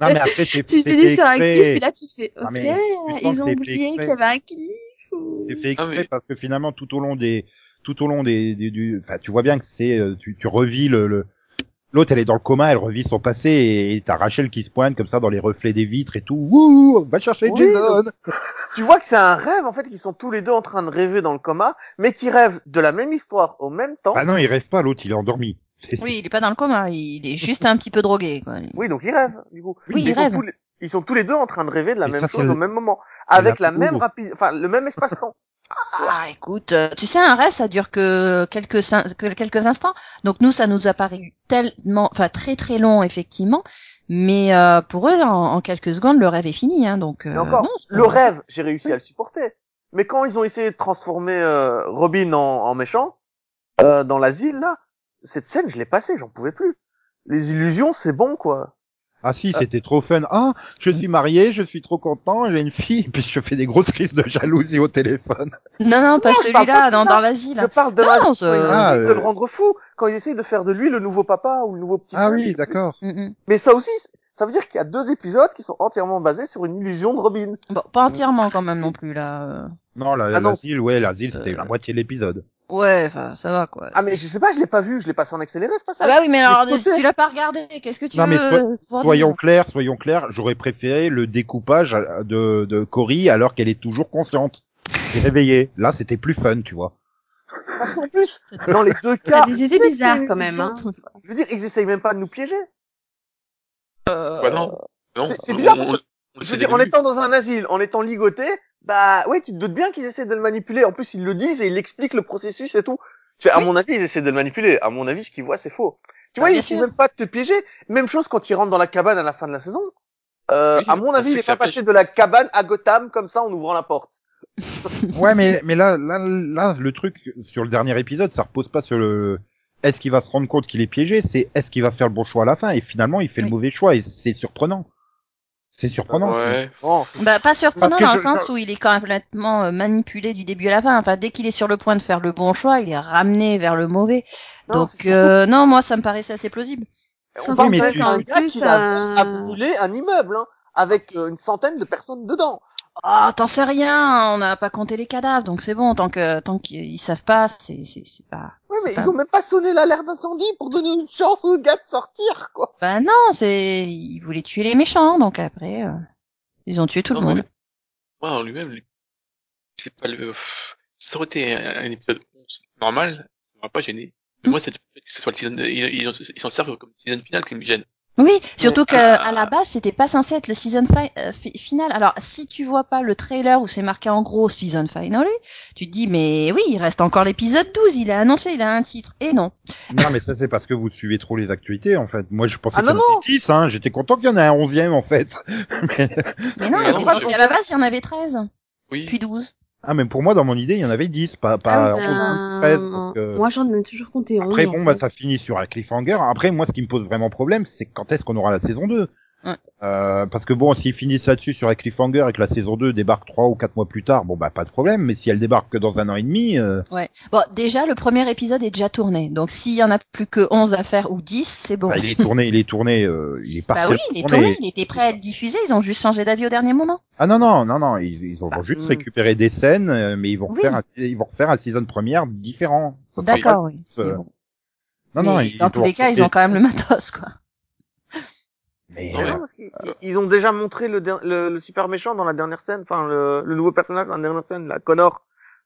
F: Non, mais après, c'est
J: tu
F: c'est
J: finis sur un
F: exprès.
J: cliff puis là tu te fais
F: Ah,
J: ok,
F: mais tu sens
J: ils
F: que
J: ont
F: c'est
J: oublié
F: fait
J: qu'il y avait un cliff. ou-
F: C'est fait
G: Ah,
F: exprès
G: mais-
F: parce que finalement, tout au long des, tout au long des, des- du, enfin, tu vois bien que c'est, euh, tu, tu revis le, le, L'autre, elle est dans le coma, elle revit son passé, et t'as Rachel qui se pointe comme ça dans les reflets des vitres et tout. Wouh, va chercher
I: Oui,
F: Jason.
I: Tu vois que c'est un rêve, en fait, qu'ils sont tous les deux en train de rêver dans le coma, mais qui rêvent de la même histoire au même temps.
F: Ah non, il rêve pas, l'autre, il est endormi. C'est-
H: Oui, il est pas dans le coma, il est juste un petit peu drogué. Quoi.
I: Oui, donc ils rêvent, du coup.
H: Oui,
I: Mais
H: ils
I: sont
H: rêvent.
I: tous les- Ils sont tous les deux en train de rêver de la
F: Et
I: même
F: ça, c'est
I: chose
F: le- Euh,
I: au même moment, avec
F: la
I: la même
F: pauvre.
I: rapide, enfin, le même espace-temps.
H: Ah, écoute, euh, tu sais, un rêve, ça dure que quelques, cin- que quelques instants. Donc nous, ça nous a paru tellement, enfin très très long, effectivement. Mais euh, pour eux, en, en quelques secondes, le rêve est fini. Hein, donc
I: Et
H: euh,
I: encore,
H: non, c'est-
I: le rêve, j'ai réussi à le supporter. Mais quand ils ont essayé de transformer euh, Robin en, en méchant, euh, dans l'asile, là, cette scène, je l'ai passée, j'en pouvais plus. Les illusions, c'est bon, quoi.
F: Ah si, c'était trop fun. Ah, je suis marié, je suis trop content, j'ai une fille, puis je fais des grosses crises de jalousie au téléphone.
H: non, non, pas
I: Non, je parle pas
H: celui-là,
I: de
H: dans,
I: ça.
H: dans l'asile. hein.
I: Je parle de
H: Non,
I: l'asile, hein.
H: ça-
I: quand ils
F: Ah,
I: essayent de
F: euh.
I: le rendre fou, quand ils essayent de faire de lui le nouveau papa ou le nouveau petit
F: Ah
I: frère, je
F: oui,
I: sais plus.
F: d'accord.
H: Mm, mm.
I: Mais ça aussi, c- ça veut dire qu'il y a deux épisodes qui sont entièrement basés sur une illusion de Robin.
H: Bon, pas entièrement quand même non plus là. euh.
F: Non, la-
I: Ah non.
F: l'asile, ouais, l'asile, c'était la moitié de l'épisode.
H: Ouais, enfin, ça va quoi.
I: Ah mais je sais pas, je l'ai pas vu, je l'ai passé en accéléré ce
H: Ah
I: passage.
H: bah oui, mais alors
I: j'ai
H: si
I: sauté.
H: tu l'as pas regardé, qu'est-ce que tu
F: Non, mais
H: veux
F: so-
H: euh, pouvoir
F: Soyons
H: dire
F: clairs, soyons clairs, j'aurais préféré le découpage euh, de, de Cory alors qu'elle est toujours consciente. et réveillée. Là, c'était plus fun, tu vois.
I: Parce qu'en plus, dans les deux
J: T'as
I: cas,
J: des idées
I: c'est
J: bizarres
I: une
J: quand même.
I: illusion.
J: Hein.
I: Je veux dire, ils essayent même pas de nous piéger.
G: Bah
H: Euh.
G: non. Non,
I: Euh, c'est- c'est
G: on-
I: bizarre
G: on- on-
I: parce que-
G: on le
I: Je
G: sait
I: veux
G: dès
I: dire,
G: le
I: en
G: début.
I: étant dans un asile, en étant ligoté, bah ouais, tu te doutes bien qu'ils essaient de le manipuler. En plus, ils le disent et ils expliquent le processus et tout. Tu fais, à
H: Oui.
I: mon avis, ils essaient de le manipuler. À mon avis, ce qu'ils voient, c'est faux.
H: Ah,
I: Tu vois, ils
H: bien
I: essaient
H: sûr.
I: même pas de te piéger. Même chose quand ils rentrent dans la cabane à la fin de la saison. Euh,
G: Oui,
I: à mon
G: on
I: avis,
G: sait
I: il
G: que
I: est
G: ça
I: pas passé
G: pêche.
I: de la cabane à Gotham comme ça en ouvrant la porte.
F: Ouais, mais, mais là, là, là, le truc sur le dernier épisode, ça repose pas sur le, est-ce qu'il va se rendre compte qu'il est piégé, c'est est-ce qu'il va faire le bon choix à la fin, et finalement, il fait le
H: Oui.
F: mauvais choix, et c'est surprenant. C'est surprenant.
G: Ouais.
I: Non, c'est-
H: Bah, pas surprenant
F: Parce que
H: dans le
F: je-
H: sens où il est complètement euh, manipulé du début à la fin. Enfin, dès qu'il est sur le point de faire le bon choix, il est ramené vers le mauvais.
I: Non,
H: Donc,
I: c'est
H: euh, non, moi, ça me paraissait assez plausible.
I: on
J: Sauf
I: parle
F: mais
I: d'un
F: tu-
I: d'un
J: en
I: gars
J: plus,
I: qui a,
J: euh,
I: a brûlé un immeuble hein, avec euh, une centaine de personnes dedans.
H: Ah, t'en sais rien, on n'a pas compté les cadavres, donc c'est bon, tant que tant qu'ils ils savent pas, c'est c'est c'est pas.
I: Ouais,
H: c'est
I: mais
H: pas-
I: ils ont même pas sonné l'alerte d'incendie pour donner une chance au gars de sortir, quoi.
H: Bah non, c'est ils voulaient tuer les méchants, donc après euh, ils ont tué tout le
G: Non,
H: monde.
G: mais Moi, en lui-même, lui- c'est pas le. pff, Ça aurait été un, un épisode 11 normal, ça m'aurait pas gêné. Mais
H: Mm.
G: moi, c'est le fait que ce soit le season. Ils ils- ils s'en servent comme season finale qui me gêne.
H: Oui, surtout que
G: Ah.
H: à la base c'était pas censé être le season fi- euh, fi- final. Alors si tu vois pas le trailer où c'est marqué en gros season finale, tu te dis mais oui il reste encore l'épisode 12, il a annoncé, il a un titre et non.
F: Non, mais ça, c'est parce que vous suivez trop les actualités, en fait. Moi, je pensais
I: Ah,
F: qu'il y en
I: non, non.
F: avait 10, hein. J'étais content qu'il y en ait un 11e, en fait. Mais-
H: Mais non,
G: Mais
H: il
G: non,
H: était
G: pas
H: censé
G: sûr.
H: à la base il y en avait 13,
G: Oui.
H: puis 12.
F: Ah, mais pour moi, dans mon idée, il y en avait 10, pas, pas
H: Ah oui,
F: 11,
J: ben,
F: 13. donc, euh,
J: Moi, j'en ai toujours compté 11.
F: Après, bon,
J: en
F: bah,
J: fait.
F: ça finit sur un cliffhanger. Après, moi, ce qui me pose vraiment problème, c'est quand est-ce qu'on aura la saison 2
H: Ouais.
F: euh, parce que bon, s'ils finissent là-dessus sur un cliffhanger et que la saison 2 débarque 3 ou 4 mois plus tard, bon bah pas de problème, mais si elle débarque que dans un an et demi, euh,
H: Ouais. Bon, déjà le premier épisode est déjà tourné, donc s'il y en a plus que 11 à faire ou 10, c'est bon.
F: bah, il est tourné, il est tourné, euh, il est
H: Bah oui,
F: partiellement
H: il est
F: tourné.
H: tourné, il était prêt à être diffusé, ils ont juste changé d'avis au dernier moment.
F: Ah non non non non, ils, ils vont
H: Bah,
F: juste
I: hmm.
F: récupérer des scènes, euh, mais ils vont
H: Oui.
F: refaire, un, ils vont refaire un season première différent. Ça, ça
H: D'accord, oui.
F: sera-
H: Mais
F: euh,
H: bon.
F: Non non,
H: Mais
F: ils
H: dans tous
F: vont
H: les cas, ils
F: recouper-
H: ont quand même le matos, quoi.
F: Mais
G: Non,
F: euh,
G: mais-
I: parce qu'ils ils ont déjà montré le, der- le, le super méchant dans la dernière scène, enfin le, le nouveau personnage dans la dernière scène, la Connor.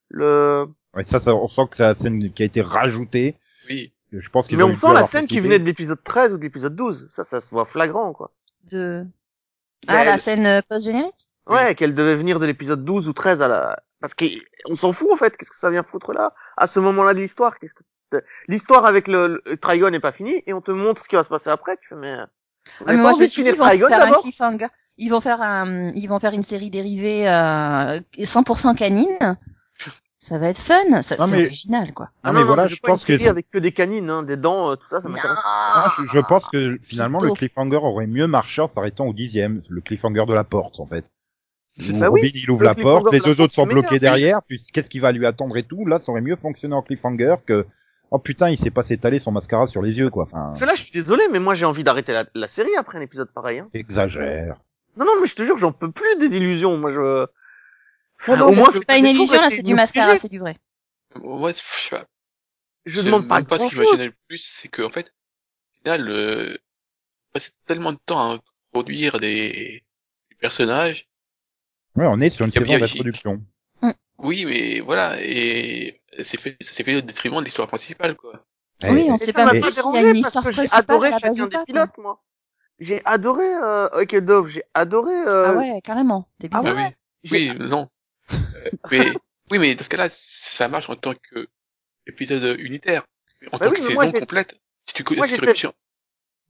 I: Le...
F: ouais, ça, ça, on sent que c'est la scène qui a été rajoutée.
G: Oui.
F: Je pense qu'ils
I: Mais
F: ont
I: on
F: dû
I: sent la
F: avoir
I: scène qui
F: coupé.
I: venait de l'épisode 13 ou de l'épisode 12. Ça, ça se voit flagrant, quoi.
H: De...
I: Mais
H: Ah, la
I: elle-
H: scène euh, post-générique
G: Oui.
I: Ouais, qu'elle devait venir de l'épisode 12 ou 13 à la... Parce qu'on s'en fout, en fait. Qu'est-ce que ça vient foutre là À ce moment-là de l'histoire, qu'est-ce que... t'as- L'histoire avec le, le Trigon n'est pas finie et on te montre ce qui va se passer après. Tu fais, mais... Vous
H: Ah,
I: avez
H: mais
I: pas
H: moi, je
I: envie
H: me
I: de
H: suis dit,
I: finir
H: ils vont
I: Trigon
H: faire un
I: d'abord
H: cliffhanger. Ils vont faire, un... ils vont faire une série dérivée euh, 100% canine. Ça va être fun. Ça-
F: Non,
H: C'est
F: mais-
H: original, quoi.
I: Ah
F: Non, mais
I: non, non,
F: voilà,
I: mais
F: je
I: veux pas une
F: pense que
I: série avec que des canines, hein, des dents, euh, tout ça, ça m'intéresse.
F: Non, je, je pense que finalement le
H: Pipo.
F: cliffhanger aurait mieux marché en s'arrêtant au dixième, le cliffhanger de la porte en fait. Où
I: Bah oui,
F: Robin, il ouvre
I: le
F: la porte,
I: cliffhanger
F: les
I: de la
F: deux
I: porte,
F: autres sont
I: c'est meilleur.
F: bloqués derrière, puis qu'est-ce qui va lui attendre et tout, là ça aurait mieux fonctionné en cliffhanger que oh putain il s'est pas s'étaler son mascara sur les yeux quoi, enfin
I: Parce que là, je suis désolé, mais moi, j'ai envie d'arrêter la, la série après un épisode pareil. Hein.
F: exagère.
I: Non, non, mais je te jure, j'en peux plus des illusions. Moi, je...
H: Non,
I: Au
H: non, là, Ah,
I: moins, je
H: bah, c'est pas une
I: découvre
H: illusion, là,
I: et
H: c'est
I: ils
H: du
I: nous
H: mascara,
I: piégent.
H: c'est du vrai.
G: Moi, je sais pas.
I: Je demande pas
G: même pas ce qui me
I: grand-chose.
G: gênait le plus, c'est que, en fait, final, euh, on passe tellement de temps à produire des, des personnages.
F: Ouais, on est sur une
G: Il y a
F: saison
G: bien-
F: d'introduction.
G: Oui, mais voilà, et c'est fait, ça s'est fait au détriment de l'histoire principale, quoi.
F: Eh,
H: Oui,
F: eh,
H: on
I: Et
H: sait
I: ça
H: pas
I: m'a
H: plus
I: pas
H: s'il y a une
I: dérangé, parce
H: histoire
I: que j'ai
H: principale à
I: adoré
H: la base
I: chacun
H: ou
I: des
H: pas. quoi.
I: pilotes, moi. J'ai adoré euh, Huckle Dove, j'ai adoré... euh,
H: Ah ouais, carrément. C'est
I: Ah
H: bizarre.
G: Bah
I: ouais
G: oui.
I: j'ai-
G: Oui, non. Euh, mais, oui, mais dans ce cas-là, ça marche en tant que épisode euh, unitaire. En
I: Bah
G: tant
I: oui,
G: que
I: mais moi,
G: saison
I: j'ai-
G: complète, si tu,
I: moi,
G: si tu
I: j'étais-
G: réfléchis, en-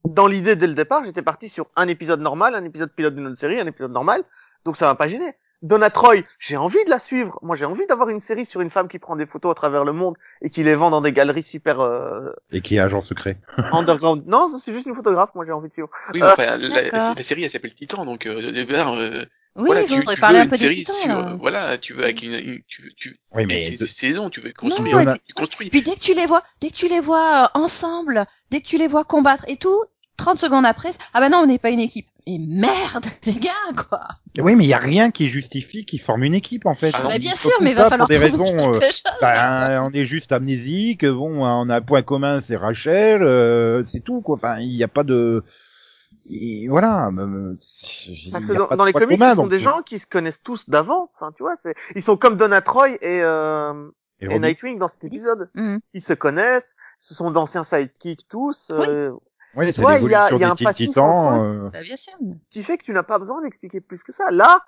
I: Dans l'idée, dès le départ, j'étais parti sur un épisode normal, un épisode pilote d'une autre série, un épisode normal, donc ça m'a pas gêné. Donna Troy, j'ai envie de la suivre. Moi, j'ai envie d'avoir une série sur une femme qui prend des photos à travers le monde et qui les vend dans des galeries super euh,
F: Et qui est agent secret.
I: underground. Non, ça, c'est juste une photographe, moi, j'ai envie de suivre.
G: oui, mais enfin, la,
H: euh, d'accord.
G: la série, elle s'appelle Titan, donc, euh, eh ben, euh,
H: Oui,
G: voilà,
H: on
G: tu,
H: pourrait
G: tu
H: parler
G: veux
H: un
G: une
H: peu des
G: série
H: titans,
G: sur, euh,
H: là.
G: voilà, tu veux avec une, une- tu, veux- tu,
F: Oui, mais
G: c'est-
F: de-
G: c'est saison, tu veux construire.
H: Non,
F: Donna-
H: et puis,
G: construis.
H: puis dès que tu les vois, dès que tu les vois euh, ensemble, dès que tu les vois combattre et tout, 30 secondes après, c'est- ah bah non, on n'est pas une équipe. Et merde, les gars, quoi.
F: Oui, mais il y a rien qui justifie qu'ils forment une équipe en fait.
G: Ah non.
H: Bah,
F: Ils
H: bien
F: font
H: sûr,
F: tout
H: mais il
F: ça
H: va falloir
F: pour des
H: trouver
F: raisons. euh,
H: quelque chose.
F: ben, on est juste amnésique. Bon, hein, on a un point commun, c'est Rachel. euh, c'est tout quoi. Enfin, il n'y a pas de. il- Voilà. euh, il
I: Parce
F: y
I: que
F: a
I: dans,
F: pas de
I: dans les
F: point
I: comics,
F: commun,
I: ce sont
F: donc, euh,
I: des gens qui se connaissent tous d'avant. Enfin, tu vois, c'est, ils sont comme Donna Troy et, euh,
F: et
I: et
F: Robin.
I: Nightwing dans cet épisode.
F: bah
H: Mhm.
I: Ils se connaissent, ce sont d'anciens sidekicks tous,
H: Oui.
I: euh,
F: Oui,
I: tu
F: c'est
I: vois, il y a-
F: l'évolution
I: il y a
F: des
I: un
F: Teen
I: passif
F: Titans.
I: entre
F: euh,
H: Bah, bien sûr.
I: qui fait que tu n'as pas besoin d'expliquer plus que ça. Là,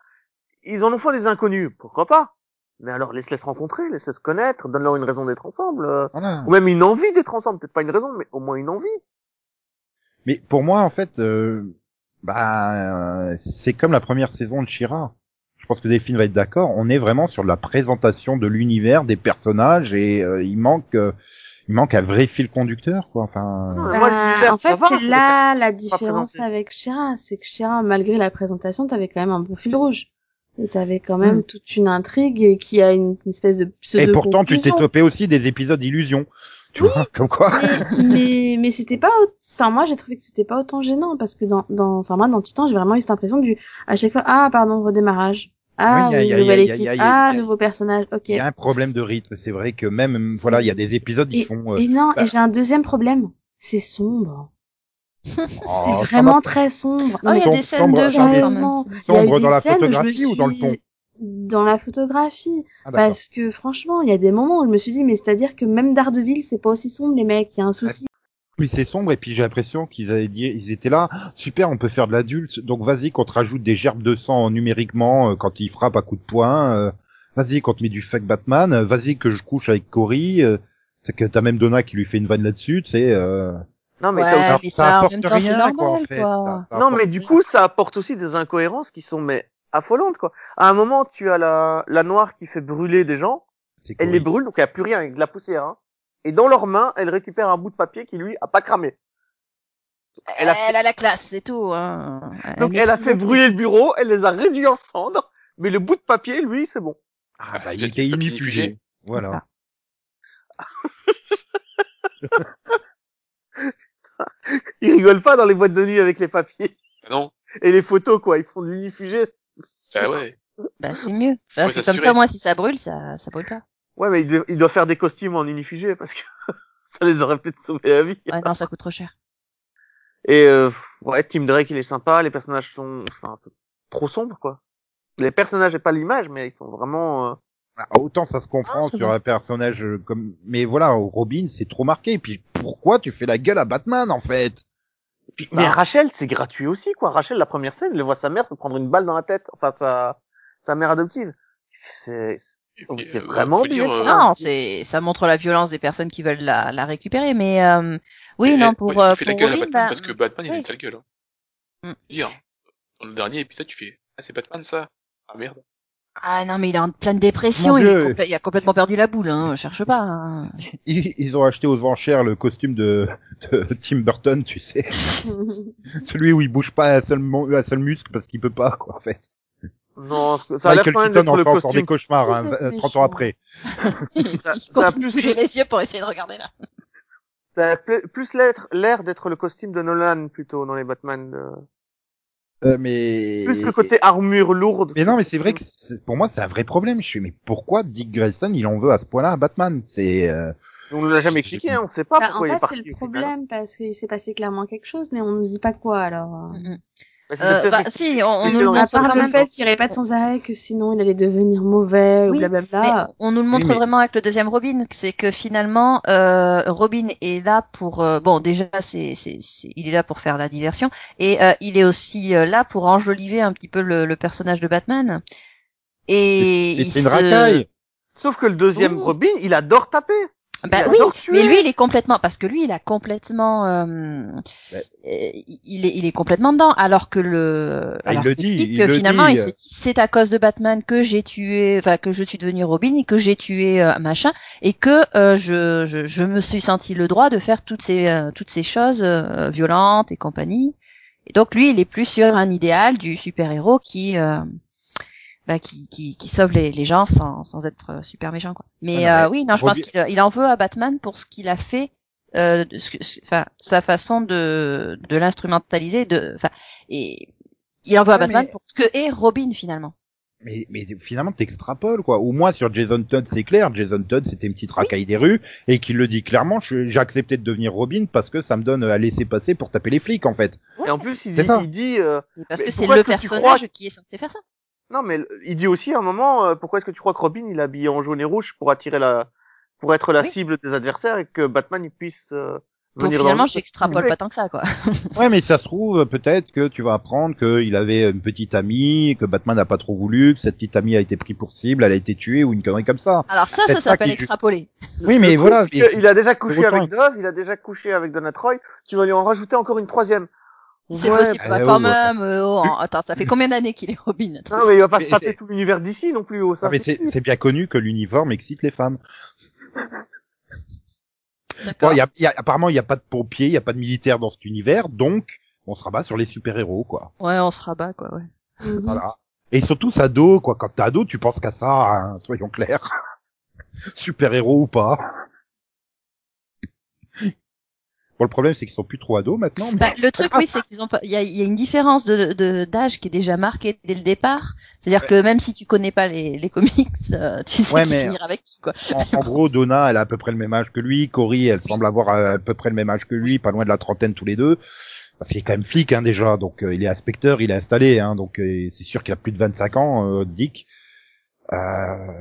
I: ils en ont fait des inconnus, pourquoi pas Mais alors laisse-les se rencontrer, laisse-les se connaître, donne-leur une raison d'être ensemble, euh,
F: voilà.
I: ou même une envie d'être ensemble, peut-être pas une raison, mais au moins une envie.
F: Mais pour moi, en fait, euh, bah, euh, c'est comme la première saison de Shira. Je pense que Delphine va être d'accord. On est vraiment sur de la présentation de l'univers, des personnages, et euh, il manque, euh, il manque un vrai fil conducteur, quoi. Enfin,
I: Non,
F: euh,
I: mais moi,
J: Bah,
I: l'univers,
J: en
I: ça
J: fait,
I: va,
J: c'est
I: mais-
J: là la
I: pas
J: différence
I: présenté.
J: avec Shira, c'est que Shira, malgré la présentation, t'avais quand même un bon fil rouge. Et t'avais quand même toute une intrigue qui a une, une espèce de pseudo
F: Hmm. et pourtant, tu t'es topé aussi des épisodes d'illusion. Tu vois, comme quoi.
J: mais, mais, mais c'était pas, au- enfin moi j'ai trouvé que c'était pas autant gênant parce que dans, dans, enfin moi dans Titan j'ai vraiment eu cette impression du, à chaque fois ah pardon redémarrage, ah
F: Oui, y a-
J: oui,
F: y a-
J: nouvelle
F: y a- y a-
J: équipe,
F: y a- y a-
J: ah nouveau personnage, ok.
F: Il y a un problème de rythme. C'est vrai que même, voilà, il y a des épisodes, ils font. euh,
J: Et non,
F: bah-
J: et j'ai un deuxième problème, c'est sombre,
F: Oh,
J: c'est
F: ça
J: vraiment
F: va-
J: très sombre.
H: Oh, il y a
F: Sombre-
H: des scènes de
F: sombre-
H: genre quand même.
J: Sérieusement, il y a eu
F: Sombre
J: des
F: dans la
J: scènes où je me
F: photographie ou dans le
J: suis-
F: ton
J: dans la photographie.
F: Ah, d'accord.
J: Parce que franchement, il y a des moments où je me suis dit, mais c'est-à-dire que même Daredevil, c'est pas aussi sombre, les mecs, il y a un souci.
F: Oui, c'est sombre, et puis j'ai l'impression qu'ils avaient dit, ils étaient là, Ah, super, on peut faire de l'adulte, donc vas-y qu'on te rajoute des gerbes de sang numériquement euh, quand il frappe à coups de poing, euh, vas-y qu'on te met du fake Batman, euh, vas-y que je couche avec Cory, euh, c'est que t'as même Donna qui lui fait une vanne là-dessus, tu sais, euh,
I: Non, mais,
H: Ouais,
I: ça aussi-
F: alors,
H: mais ça, en
F: apporte
H: même temps, c'est
F: rien, quoi, en
H: normal,
F: fait.
H: quoi.
F: Ça- ça
I: non,
F: apporte
I: mais du
F: rien.
I: coup, ça apporte aussi des incohérences qui sont mais affolantes quoi. À un moment, tu as la, la noire qui fait brûler des gens,
F: C'est
I: elle
F: Cory.
I: les brûle, donc il n'y a plus rien, il y a de la poussière. Hein. Et dans leurs mains, elle récupère un bout de papier qui lui a pas cramé. Elle a fait-
H: Elle a la classe, c'est tout. Hein.
I: Donc elle a fait brûler le bureau, elle les a réduits en cendres, mais le bout de papier, lui, c'est bon.
F: Ah, bah,
G: c'est
F: il
G: peut-être
F: était
G: le papier
F: immutugé.
G: fugé.
H: Ah,
F: Voilà.
I: Ils rigolent pas dans les boîtes de nuit avec les papiers
G: Ah Non?
I: et les photos, quoi. Ils font de l'inifugé.
G: Bah ouais.
H: Bah, c'est mieux. Bah,
G: Faut
H: c'est comme
G: s'assurer.
H: ça, moi, si ça brûle, ça, ça brûle pas.
I: Ouais, mais il doit, il doit faire des costumes en inifugé parce que ça les aurait peut-être sauvés la vie.
H: Ouais, non, ça coûte trop cher.
I: Et euh, ouais, Tim Drake, il est sympa. Les personnages sont enfin, c'est trop sombres, quoi. Les personnages et pas l'image, mais ils sont vraiment. euh,
F: Ah, Autant ça se comprend
H: Ah, c'est
F: sur
H: vrai.
F: un personnage euh, comme, mais voilà, Robin, c'est trop marqué, puis pourquoi tu fais la gueule à Batman, en fait?
I: Mais Rachel, c'est gratuit aussi, quoi. Rachel, la première scène, elle voit sa mère se prendre une balle dans la tête, enfin sa sa mère adoptive. C'est c'est- vous
G: Et,
I: êtes
G: euh,
I: vraiment
G: faut dire,
I: obligé de
G: euh,
I: faire
H: Non, c'est, ça montre la violence des personnes qui veulent la, la récupérer, mais euh, oui,
G: Et-
H: non,
G: et-
H: pour
G: eh, ouais,
H: euh,
G: tu fais la
H: pour
G: gueule à
H: Robin,
G: Batman
H: bah,
G: parce que Batman, il a
H: oui.
G: une sale gueule.
H: Mm.
G: Hein. Dire, dans le dernier épisode, tu fais, ah, c'est Batman, ça? Ah merde.
H: ah non, mais il est en pleine dépression,
F: Mon
H: il, est
F: Dieu.
H: complè- il a complètement perdu la boule, hein, cherche pas. hein.
F: ils, ils ont acheté aux enchères le costume de, de Tim Burton, tu sais, celui où il bouge pas un seul, mo- un seul muscle parce qu'il peut pas, quoi, en fait.
I: Non, ça a l'air
F: Michael
I: quand même
F: Keaton
I: d'être
F: en
I: le
F: fait encore des
I: costume.
F: cauchemars, hein,
J: C'est
F: euh, 30
J: méchant.
F: ans après.
H: il
I: ça- ça a
H: continue de
I: plus-
H: bouger les yeux pour essayer de regarder là.
I: Ça a pla- plus l'être- l'air d'être le costume de Nolan plutôt dans les Batman. euh,
F: Euh, mais
I: Plus le côté armure lourde.
F: mais non, mais c'est vrai que c'est- pour moi c'est un vrai problème. Je suis mais pourquoi Dick Grayson il en veut à ce point-là à Batman C'est euh,
I: On nous l'a jamais expliqué, hein, on sait pas
J: Bah, en
I: pourquoi il
J: fait,
I: est parti.
J: c'est le
I: au final.
J: problème parce qu'il s'est passé clairement quelque chose, mais on nous dit pas quoi alors. euh.
H: Mhm.
I: Bah, c'était
H: Euh,
I: peut-être
H: bah,
I: une-
H: si, on, on
I: c'était
H: nous le
I: dans
J: À
I: la-
H: montre
J: part
H: quand
J: le
H: même.
J: fait qu'il répète sans arrêt que sinon il allait devenir mauvais ou
H: Oui, mais
J: blablabla.
H: on nous le montre
F: mais-
H: vraiment avec le deuxième Robin, que c'est que finalement euh, Robin est là pour euh, bon déjà c'est c'est- c'est- il est là pour faire la diversion et euh, il est aussi euh, là pour enjoliver un petit peu le, le personnage de Batman et il
F: C'est une
H: se-
F: racaille.
I: Sauf que le deuxième
H: Oui.
I: Robin, il adore taper.
H: Bah
I: Il
H: oui,
I: adore tuer.
H: mais lui il est complètement parce que lui il a complètement euh, euh, il est il est complètement dedans alors que le
F: Ah, il
H: alors
F: le
H: que
F: dit,
H: Dick,
F: il le
H: finalement
F: dit.
H: il se dit c'est à cause de Batman que j'ai tué enfin que je suis devenu Robin et que j'ai tué euh, machin et que euh, je, je je me suis senti le droit de faire toutes ces euh, toutes ces choses euh, violentes et compagnie. Et donc lui il est plus sur un idéal du super-héros qui euh, bah, qui, qui, qui sauve les, les gens sans, sans être euh, super méchant quoi. Mais
F: Ah non,
H: euh, oui, non, je pense
F: Robin-
H: qu'il euh, il en veut à Batman pour ce qu'il a fait, euh, de ce que- ce- enfin sa façon de, de l'instrumentaliser, de enfin et il en veut à
F: Ouais,
H: Batman
F: mais-
H: pour ce que est Robin finalement.
F: Mais, mais finalement, t'extrapoles, quoi. Au moins, sur Jason Todd, c'est clair. Jason Todd, c'était une petite racaille des rues, et qu'il le dit clairement, je- j'ai accepté de devenir Robin parce que ça me donne à laisser passer pour taper les flics, en fait.
I: Et en plus, il
F: C'est
I: dit,
F: ça.
I: il dit euh,
H: Mais parce
I: Mais
H: que c'est
I: pourquoi
H: le
I: est-ce que tu crois
H: personnage
I: que-
H: qui est censé faire ça.
I: non, mais le- il dit aussi à un moment, euh, pourquoi est-ce que tu crois que Robin, il est habillé en jaune et rouge pour attirer la, pour être la
H: Oui.
I: cible des adversaires et que Batman il puisse euh,
H: Donc
I: venir
H: finalement,
I: dans le-
H: j'extrapole pas tant que ça quoi.
F: Ouais, mais ça se trouve, peut-être que tu vas apprendre qu'il avait une petite amie, que Batman n'a pas trop voulu, que cette petite amie a été prise pour cible, elle a été tuée, ou une connerie comme ça.
H: Alors ça,
F: C'est
H: ça
F: ça
H: s'appelle
F: qui-
H: extrapoler.
F: Oui, mais
I: Le truc,
F: voilà.
I: c'est que
F: mais-
I: il a déjà couché
F: autant-
I: avec Dove, il a déjà couché avec Donna Troy. Tu vas lui en rajouter encore une troisième.
H: C'est
I: Ouais,
H: possible
F: bah,
H: bah,
F: ouais,
H: quand
F: ouais. Ah,
H: même. euh, oh, attends, ça fait combien d'années qu'il est Robin Attends,
I: Non, mais il va pas
F: Mais
I: se taper
F: c'est-
I: tout l'univers d'ici non plus, oh, ça.
F: Ah, mais c'est c'est bien connu que l'uniforme excite les femmes. Bon,
H: D'accord.
F: il y a, il y a- apparemment, il n'y a pas de pompiers, il n'y a pas de militaires dans cet univers, donc on se rabat sur les super-héros, quoi.
H: Ouais, on se rabat quoi. Ouais.
J: Mhm.
F: Voilà. Et ils sont tous ados, quoi. Quand t'es ado, tu penses qu'à ça, hein, soyons clairs. Super-héros ou pas. Bon, le problème, c'est qu'ils sont plus trop ados maintenant. Mais...
H: Bah, le truc, oui,
F: Ah.
H: c'est qu'ils ont pas. Il y a, il y a une différence de de- d'âge qui est déjà marquée dès le départ. C'est-à-dire que même si tu connais pas les, les comics, euh, tu sais
F: Ouais,
H: qui
F: mais-
H: finira avec qui, quoi.
F: en, en gros, Donna, elle a à peu près le même âge que lui. Cory, elle semble avoir euh, à peu près le même âge que lui, pas loin de la trentaine tous les deux. Parce qu'il est quand même flic, hein, déjà. Donc, euh, il est inspecteur, il est installé, hein. Donc, euh, c'est sûr qu'il a plus de 25 ans, euh, Dick. Euh,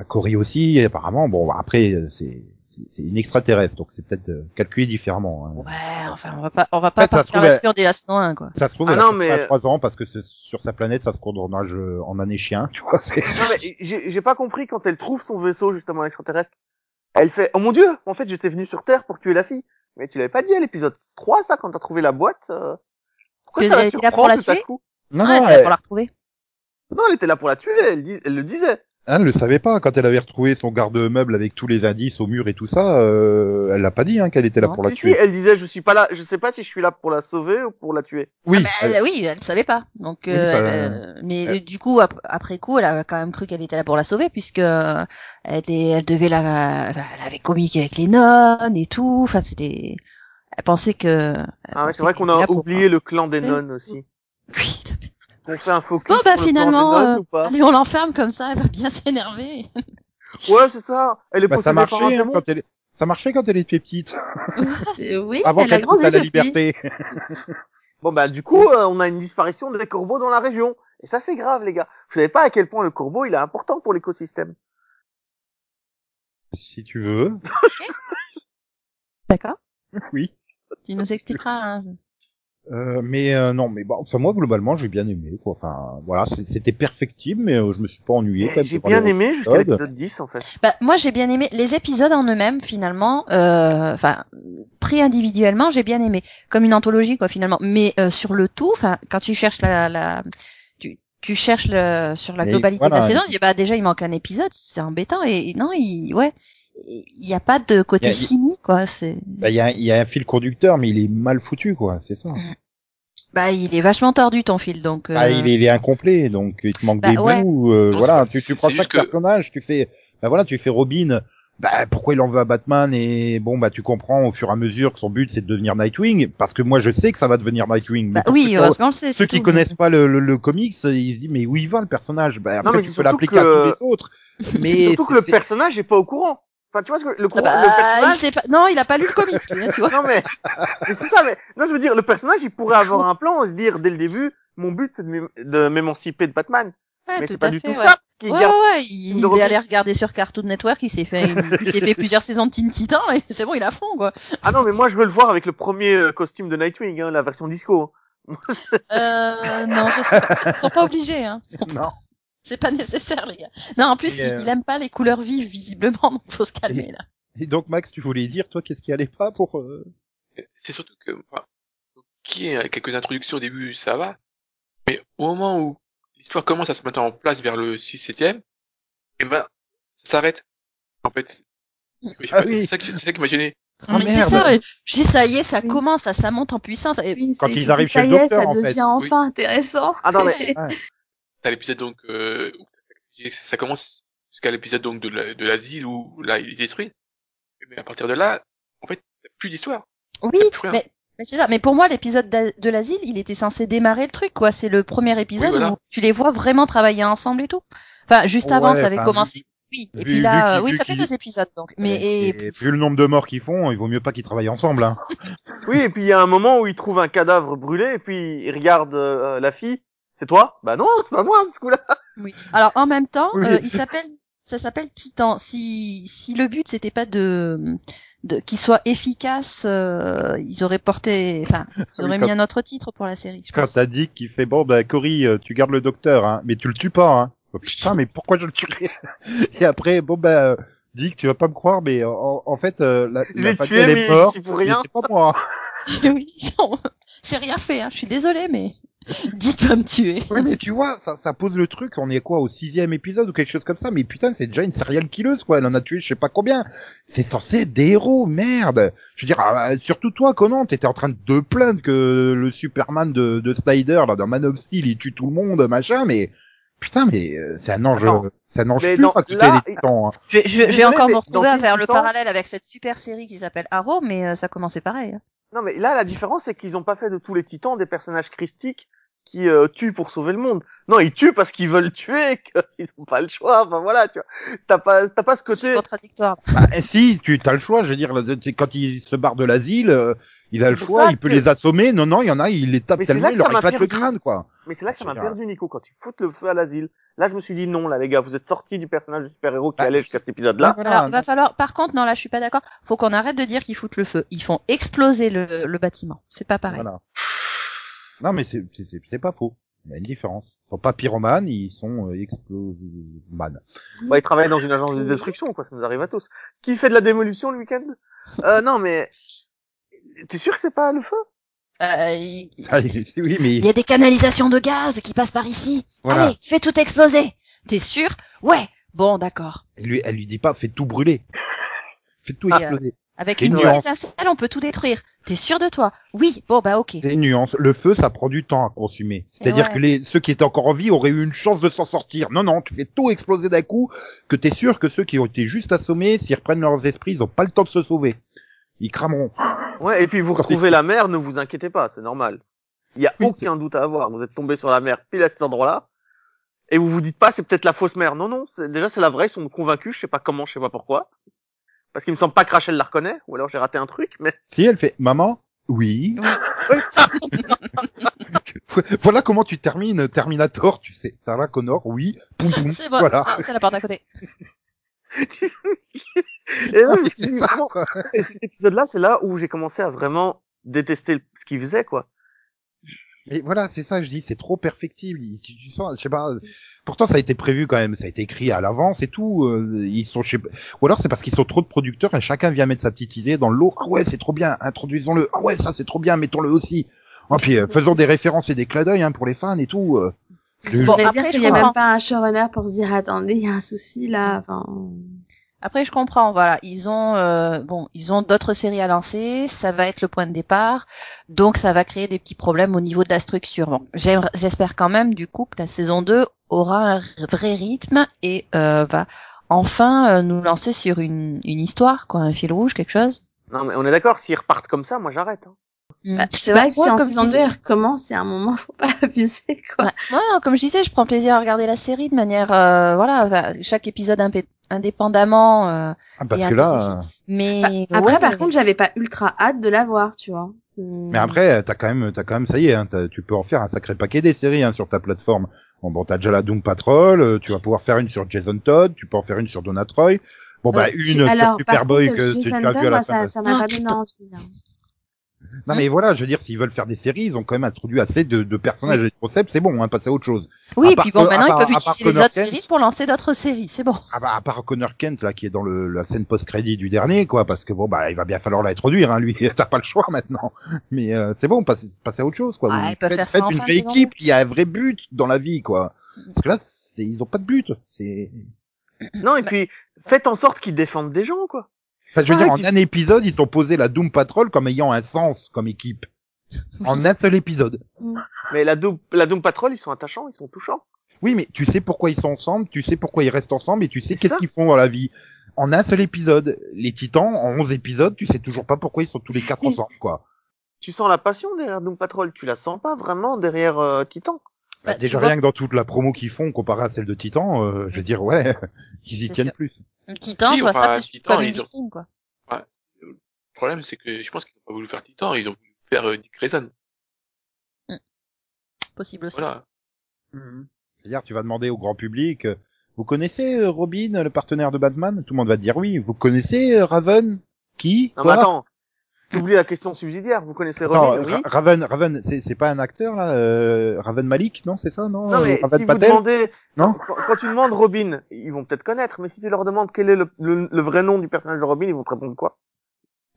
F: Cory aussi, et apparemment. Bon, bah, après, euh, c'est c'est une extraterrestre, donc c'est peut-être euh, calculé différemment. hein.
H: Ouais, enfin, on va pas, on va pas
F: fait, ça se
H: partir
F: trouve,
H: là-dessus dès la saison 1, quoi.
F: Ça se trouve,
I: Ah
F: elle
I: non,
F: a
I: mais-
F: mais... 3 ans parce que c'est- sur sa planète, ça se compte en âge, euh, en année chien, tu vois. c'est-
I: Non, mais j'ai j'ai pas compris quand elle trouve son vaisseau, justement, extraterrestre. Elle fait, oh mon dieu, en fait, j'étais venu sur Terre pour tuer la fille. Mais tu l'avais pas dit à l'épisode 3, ça, quand t'as trouvé la boîte, euh... Pourquoi
H: Que
I: ça
H: elle
I: la
H: était là pour
I: surprend
H: la
I: tout à
H: tuer
I: coup?
F: Non,
H: Ouais,
F: non,
H: t'es là
F: elle,
H: pour la retrouver.
I: Non, elle était là pour la tuer, elle, dit- elle le disait.
F: elle le savait pas. Quand elle avait retrouvé son garde-meuble avec tous les indices au mur et tout ça, euh, elle l'a pas dit hein, qu'elle était là
H: Non.
F: pour la
I: Si, si,
F: tuer.
I: elle disait, je suis pas là, je sais pas si je suis là pour la sauver ou pour la tuer.
F: Oui,
H: Ah, mais elle- oui, elle savait pas. Donc,
F: Oui,
H: euh,
F: bah,
H: elle, euh, mais euh, du coup, ap- après coup, elle a quand même cru qu'elle était là pour la sauver, puisque euh, elle, était, elle devait la, enfin, elle avait communiqué avec les nonnes et tout. Enfin, c'était, elle pensait que. elle
I: Ah ouais,
H: pensait
I: c'est vrai
H: qu'elle
I: qu'on
H: était
I: a
H: là pour-
I: oublié le clan des
J: Oui.
I: nonnes aussi.
H: Oui,
I: On fait un focus
H: Bon bah
I: sur le clan des
H: finalement,
I: nonnes
H: euh,
I: ou pas?
H: allez on l'enferme comme ça, elle va bien s'énerver.
I: Ouais, c'est ça. Elle est
F: bah, ça
I: possédée par un
F: marchait hein,
I: démon.
F: quand elle, ça marchait quand elle était petite,
J: C'est- Oui,
F: avant
J: elle a
F: qu'elle
J: grandi
F: goûte à la
J: depuis.
F: liberté.
I: Bon bah du coup, euh, on a une disparition des corbeaux dans la région. Et ça c'est grave les gars. Vous savez pas à quel point le corbeau il est important pour l'écosystème.
F: si tu veux,
H: D'accord
F: oui.
H: Tu nous expliqueras. hein.
F: Euh, mais euh, non, mais bon, enfin moi globalement j'ai bien aimé quoi. Enfin voilà, c'est- c'était perfectible, mais euh, je me suis pas ennuyé. quand
I: Et
F: même
I: J'ai
F: devant
I: bien
F: les
I: aimé jusqu'à
F: épisodes.
I: l'épisode 10 en fait.
H: Bah, moi j'ai bien aimé les épisodes en eux-mêmes finalement, euh, enfin pris individuellement j'ai bien aimé, comme une anthologie quoi finalement. Mais euh, sur le tout, enfin quand tu cherches la, la tu, tu cherches le, sur la
F: Mais
H: globalité de
F: voilà.
H: la saison, tu dis, bah déjà il manque un épisode, c'est embêtant et, et non il ouais il n'y a pas de côté
F: Il y a- il-
H: fini quoi. C'est
F: Bah, Il y, a, il y a un fil conducteur, mais il est mal foutu quoi, c'est ça.
H: bah il est vachement tordu ton fil donc.
F: Ah,
H: euh,
F: il est, il est incomplet, donc il te manque
H: Bah,
F: des
H: ouais.
F: bouts. euh,
G: Non,
F: voilà,
G: c'est-
F: tu, tu
G: c'est
F: prends
G: juste
F: chaque
G: que-
F: personnage, tu fais, bah voilà, tu fais Robin. Bah pourquoi il en veut à Batman et bon bah tu comprends au fur et à mesure que son but c'est de devenir Nightwing parce que moi je sais que ça va devenir Nightwing. mais
H: Bah
F: pour
H: oui,
F: ceux, qui-
H: heureusement on le sait.
F: ceux
H: c'est
F: qui
H: tout, mais-
F: connaissent pas le, le, le comics, ils se disent mais où il va le personnage Bah
I: Non,
F: après
I: mais
F: tu
I: c'est
F: peux
I: surtout
F: l'appliquer à
I: que-
F: tous les autres. Mais
I: Surtout que le
F: c'est- c'est-
I: personnage est pas au courant. Enfin, tu vois ce que le,
H: Ah
I: courant-
H: bah,
I: le
H: il
I: personnage.
H: sait pas. Non, il a pas lu le comics, lui, hein, tu vois.
I: Non mais, mais c'est ça. Mais non, je veux dire, le personnage, il pourrait avoir un plan, et se dire dès le début, mon but c'est de m'é- de m'émanciper de Batman.
H: Ouais,
I: mais
H: tout
I: c'est pas
H: à
I: du
H: fait.
I: tout
H: ouais.
I: ça qui
H: Ouais, ouais,
I: garde.
H: ouais, il,
I: de
H: il est
I: Robin.
H: allé regarder sur Cartoon Network, il s'est fait, une- il s'est fait plusieurs saisons de Teen Titans et c'est bon, il est à fond, quoi.
I: Ah non, mais moi je veux le voir avec le premier euh, costume de Nightwing, hein, la version disco. hein.
H: Euh, non, je sais pas. Ils sont pas obligés, hein.
F: Non.
H: C'est pas nécessaire, les gars. Non, en plus,
F: Et,
H: il,
F: euh,
H: il aime pas les couleurs vives, visiblement, donc faut se calmer, là.
F: Et donc Max, tu voulais dire toi qu'est-ce qui allait pas pour euh,
G: C'est surtout que, enfin, qui est quelques introductions au début, ça va. Mais au moment où l'histoire commence à se mettre en place vers le 6 7 et ben, ça s'arrête. En fait. Oui,
F: Ah oui.
G: C'est ça, que- c'est ça qui m'a gêné.
F: Ah,
H: mais c'est
F: merde.
H: ça, je dis, ça y est, ça
J: Oui.
H: commence, ça, ça monte en puissance. Et
J: Oui,
F: Quand
J: c'est-
F: ils
J: tu dis,
F: arrivent
J: ça
F: chez le
J: y est,
F: docteur,
J: ça
F: en fait.
J: devient enfin intéressant.
I: Ah non mais,
G: T'as l'épisode donc, euh, où ça commence jusqu'à l'épisode donc de la- de l'asile où là, il est détruit. Mais à partir de là, en fait, t'as plus d'histoire.
H: Oui,
G: T'as plus rien.
H: mais, mais c'est ça. Mais pour moi, l'épisode d'a- de l'asile, il était censé démarrer le truc, quoi. C'est le premier épisode
G: voilà.
H: où tu les vois vraiment travailler ensemble et tout. Enfin, juste avant,
F: Ouais,
H: ça avait
F: enfin,
H: commencé. Oui, et
F: vu-
H: puis
F: vu
H: là,
F: qu'il-
H: euh, oui,
F: vu
H: ça fait
F: qu'il-
H: deux épisodes, donc. Mais
F: euh, et,
H: et, pff,
F: vu le nombre de morts qu'ils font, il vaut mieux pas qu'ils travaillent ensemble. Hein.
I: oui et puis il y a un moment où il trouve un cadavre brûlé et puis il regarde euh, la fille. C'est toi Bah non, c'est pas moi ce coup-là.
H: oui. Alors, en même temps,
F: Oui.
H: euh, il s'appelle, ça s'appelle Titan. Si, si le but c'était pas de, de qu'il soit efficace, euh, ils auraient porté, enfin, ils
F: Oui,
H: auraient
F: quand-
H: mis un autre titre pour la série. Je
F: Quand
H: pense.
F: t'as dit qu'il fait bon, bah Cory, euh, tu gardes le docteur, hein, mais tu le tues pas. Hein. Oh, putain, mais pourquoi je le tuerais Et après, bon bah, dis que tu vas pas me croire, mais en, en fait, euh, la,
I: Je
F: la
I: l'ai
F: famille
I: tué
F: elle
I: mais
F: est morte.
I: c'est pour
F: mais
I: rien.
F: C'est pas moi.
H: oui, ils sont- j'ai rien fait. Hein. Je suis désolée, mais dites pas me tuer.
F: Oui, mais tu vois, ça, ça pose le truc. On est quoi au sixième épisode ou quelque chose comme ça Mais putain, c'est déjà une serial killeuse, quoi. Elle en a tué, je sais pas combien. C'est censé être des héros, merde. Je veux dire, ah, bah, surtout toi, Conan, t'étais en train de te plaindre que le Superman de, de Snyder, là, dans Man of Steel, il tue tout le monde, machin. Mais putain, mais euh, c'est un ange,
I: Attends.
F: c'est un ange
I: Mais
F: pur
I: dans-
F: à côté
I: là,
F: des titans. hein.
H: Je, je, je vais
I: Désolé,
H: encore
I: mais
H: me retrouver
I: dans
H: à faire
I: Teen
H: le
I: Titans-
H: parallèle avec cette super série qui s'appelle Arrow, mais euh, ça commençait pareil. hein.
I: Non, mais là, la différence, c'est qu'ils ont pas fait de tous les titans des personnages christiques qui euh, tuent pour sauver le monde. Non, ils tuent parce qu'ils veulent tuer, qu'ils ont pas le choix. Enfin, voilà, tu vois. T'as pas, t'as pas ce
H: C'est
I: côté.
H: contradictoire.
F: Bah, si, tu as le choix. Je veux dire, là, tu- quand il se barre de l'asile, euh, il a
I: C'est
F: le
I: pour
F: choix.
I: ça
F: Il peut
I: que-
F: les assommer. Non, non, il y en a, il les tape
I: Mais c'est
F: tellement,
I: là que
F: il leur
I: ça m'a
F: éclate le
I: perdu.
F: crâne, quoi.
I: Mais c'est là que ça m'a
F: Génial.
I: perdu, Nico, quand tu foutes le feu à l'asile. Là, je me suis dit non, là, les gars, vous êtes sortis du personnage du super-héros qui
F: Bah,
I: allait jusqu'à cet épisode-là.
F: Voilà.
H: Alors, il va falloir. Par contre, non, là, je suis pas d'accord. Faut qu'on arrête de dire qu'ils foutent le feu. Ils font exploser le, le bâtiment. C'est pas pareil.
F: Voilà. Non, mais c'est, c'est, c'est- c'est pas faux. Il y a une différence. Ils sont pas pyromanes, ils sont euh, explosomanes.
I: Bah, il travaille dans une agence de destruction, quoi, ça nous arrive à tous. Qui fait de la démolition le week-end euh, Non, mais t'es sûr que c'est pas le feu
H: Euh, il...
F: Ah, oui, oui, mais
H: il y a des canalisations de gaz qui passent par ici.
F: Voilà.
H: Allez, fais tout exploser. T'es sûr Ouais. Bon, d'accord.
F: elle lui, elle lui dit pas, fais tout brûler. fais tout
H: Ah.
F: exploser.
H: Avec
F: C'est
H: une
F: une
H: petite
F: nuance.
H: étincelle, on peut tout détruire. T'es sûr de toi Oui. Bon, bah, ok.
F: C'est une nuance. Le feu, ça prend du temps à consumer. C'est-à-dire
H: ouais.
F: que les, ceux qui étaient encore en vie auraient eu une chance de s'en sortir. Non, non, tu fais tout exploser d'un coup, que t'es sûr que ceux qui ont été juste assommés, s'ils reprennent leurs esprits, ils ont pas le temps de se sauver. Ils crameront.
I: Ouais, et puis vous retrouvez la mer, ne vous inquiétez pas, c'est normal. Il y a
F: Oui,
I: aucun doute à avoir. Vous êtes tombé sur la mer pile à cet endroit-là, et vous vous dites pas c'est peut-être la fausse mer. Non, non, c'est- déjà c'est la vraie. Ils sont convaincus. Je sais pas comment, je sais pas pourquoi. Parce qu'il me semble pas que Rachel la reconnaît, ou alors j'ai raté un truc. Mais
F: Si elle fait, maman, oui.
I: Oui.
F: voilà comment tu termines Terminator, tu sais. Sarah Connor, oui. Poum, poum.
H: C'est bon.
F: Voilà.
H: Ah, c'est la porte à côté.
I: et là, je me suis dit, vraiment, et cet épisode-là, c'est là où j'ai commencé à vraiment détester le- ce qu'il faisait, quoi.
F: Mais voilà, c'est ça, je dis, c'est trop perfectible. Il- Tu, tu sens, je sais pas. Pourtant, ça a été prévu quand même, ça a été écrit à l'avance et tout. euh, ils sont, chez... ou alors c'est parce qu'ils sont trop de producteurs et chacun vient mettre sa petite idée dans l'eau. Ah ouais, c'est trop bien, introduisons-le. Ah ouais, ça c'est trop bien, mettons-le aussi. Ah, puis euh, faisons des références et des clins d'œil hein, pour les fans et tout. euh.
J: C'est
H: Bon,
J: à dire
H: après, je
J: qu'il n'y a
H: comprends.
J: même pas un showrunner pour se dire attendez, il y a un souci là. Enfin,
H: Après, je comprends. Voilà, ils ont euh, bon, ils ont d'autres séries à lancer. Ça va être le point de départ, donc ça va créer des petits problèmes au niveau de la structure. Bon, j'aimerais- j'espère quand même du coup que la saison 2 aura un r- vrai rythme et euh, va enfin euh, nous lancer sur une, une histoire, quoi, un fil rouge, quelque chose.
I: Non, mais on est d'accord. S'ils repartent comme ça, moi j'arrête. hein.
H: Mm.
J: c'est
H: Bah,
J: vrai que
H: moi,
J: si en
H: comme
J: saison
H: je
J: 2
H: disais-
J: il recommence, c'est un moment, faut pas abuser quoi.
H: Ouais. Non, non, comme je disais, je prends plaisir à regarder la série de manière, euh, voilà, enfin, chaque épisode impé- indépendamment. euh,
F: Ah, parce
H: Et
F: que là,
H: intéressant.
F: euh,
H: mais
J: Bah, Après,
H: ouais.
J: par contre, j'avais pas ultra hâte de la voir, tu vois. Hum.
F: mais après, euh, t'as quand même, t'as quand même, ça y est, hein, t'as- tu peux en faire un sacré paquet des séries hein, sur ta plateforme. Bon, bon, t'as déjà la Doom Patrol, euh, tu vas pouvoir faire une sur Jason Todd, tu peux en faire une sur Donna Troy. Bon, bah,
J: Euh,
F: une
J: si-
F: sur
J: alors, par
F: Superboy
J: contre,
F: que
J: Jason
F: tu, tu as vu
J: Todd,
F: à la
J: moi,
F: fin.
J: ça,
F: de-
J: ça m'a
H: Oh,
J: pas donné
H: putain.
J: envie. hein.
F: Non, mais voilà, je veux dire, s'ils veulent faire des séries, ils ont quand même introduit assez de, de personnages et de concepts, c'est bon, hein, passer à autre chose. à
H: Oui, et
F: part
H: puis bon,
F: que- à
H: maintenant, ils
F: part-
H: peuvent
F: à part
H: utiliser les
F: Connor
H: autres
F: Kent.
H: séries pour lancer d'autres séries. C'est bon.
F: Ah bah, à part Connor Kent, là, qui est dans le, la scène post-crédit du dernier, quoi, parce que bon, bah, il va bien falloir l'introduire, hein, lui, t'as pas le choix maintenant. Mais euh, c'est bon, passez, passez à autre chose, quoi.
H: Ah,
F: Vous
H: ils peuvent
F: faites,
H: faire ça
F: faites
H: en
F: une
H: fin de
F: vraie
H: saison
F: équipe qui a un vrai but dans la vie, quoi. Parce que là, c'est, ils ont pas de but. C'est,
I: Non,
F: Bah,
I: et puis, faites en sorte qu'ils défendent des gens, quoi.
F: enfin, je veux
I: Ouais,
F: dire, en
I: qui-
F: un épisode, ils ont posé la Doom Patrol comme ayant un sens comme équipe. En un seul épisode.
I: Mais la Doom, la Doom Patrol, ils sont attachants, ils sont touchants.
F: Oui, mais tu sais pourquoi ils sont ensemble, tu sais pourquoi ils restent ensemble et tu sais
I: C'est
F: qu'est-ce
I: ça.
F: qu'ils font dans la vie. En un seul épisode, les Titans, en 11 épisodes, tu sais toujours pas pourquoi ils sont tous les quatre ensemble, quoi.
I: Tu sens la passion derrière Doom Patrol, tu la sens pas vraiment derrière euh, Titan.
F: Bah,
H: Bah, tu
F: déjà
H: vois- Mm.
F: rien que dans toute la promo qu'ils font comparée à celle de Titan, euh, je veux dire ouais, ils y
H: C'est
F: tiennent
H: sûr.
F: plus.
H: Titan,
G: Si,
H: je vois
G: enfin,
H: ça plus
G: Titan,
H: comme une
G: ils ont-
H: vitrine, quoi.
G: Le problème, c'est que je pense qu'ils ont pas voulu faire Titan, ils ont voulu faire euh, Dick Grayson.
H: Possible aussi.
G: Voilà.
F: Mmh. C'est-à-dire tu vas demander au grand public, euh, vous connaissez euh, Robin, le partenaire de Batman Tout le monde va te dire oui. Vous connaissez euh, Raven Qui
I: Non,
F: Quoi
I: mais attends. T'oublies la question subsidiaire, vous connaissez
F: Attends, euh,
I: Robin, oui.
F: Ra- Raven, Raven, c'est c'est pas un acteur là, euh, Raven Malik, non, c'est ça, non,
I: Non,
F: Euh,
I: mais
F: Raven
I: si vous
F: Patel
I: demandez,
F: Non.
I: quand, quand tu demandes Robin, ils vont peut-être connaître, mais si tu leur demandes quel est le, le- le vrai nom du personnage de Robin, ils vont te répondre quoi?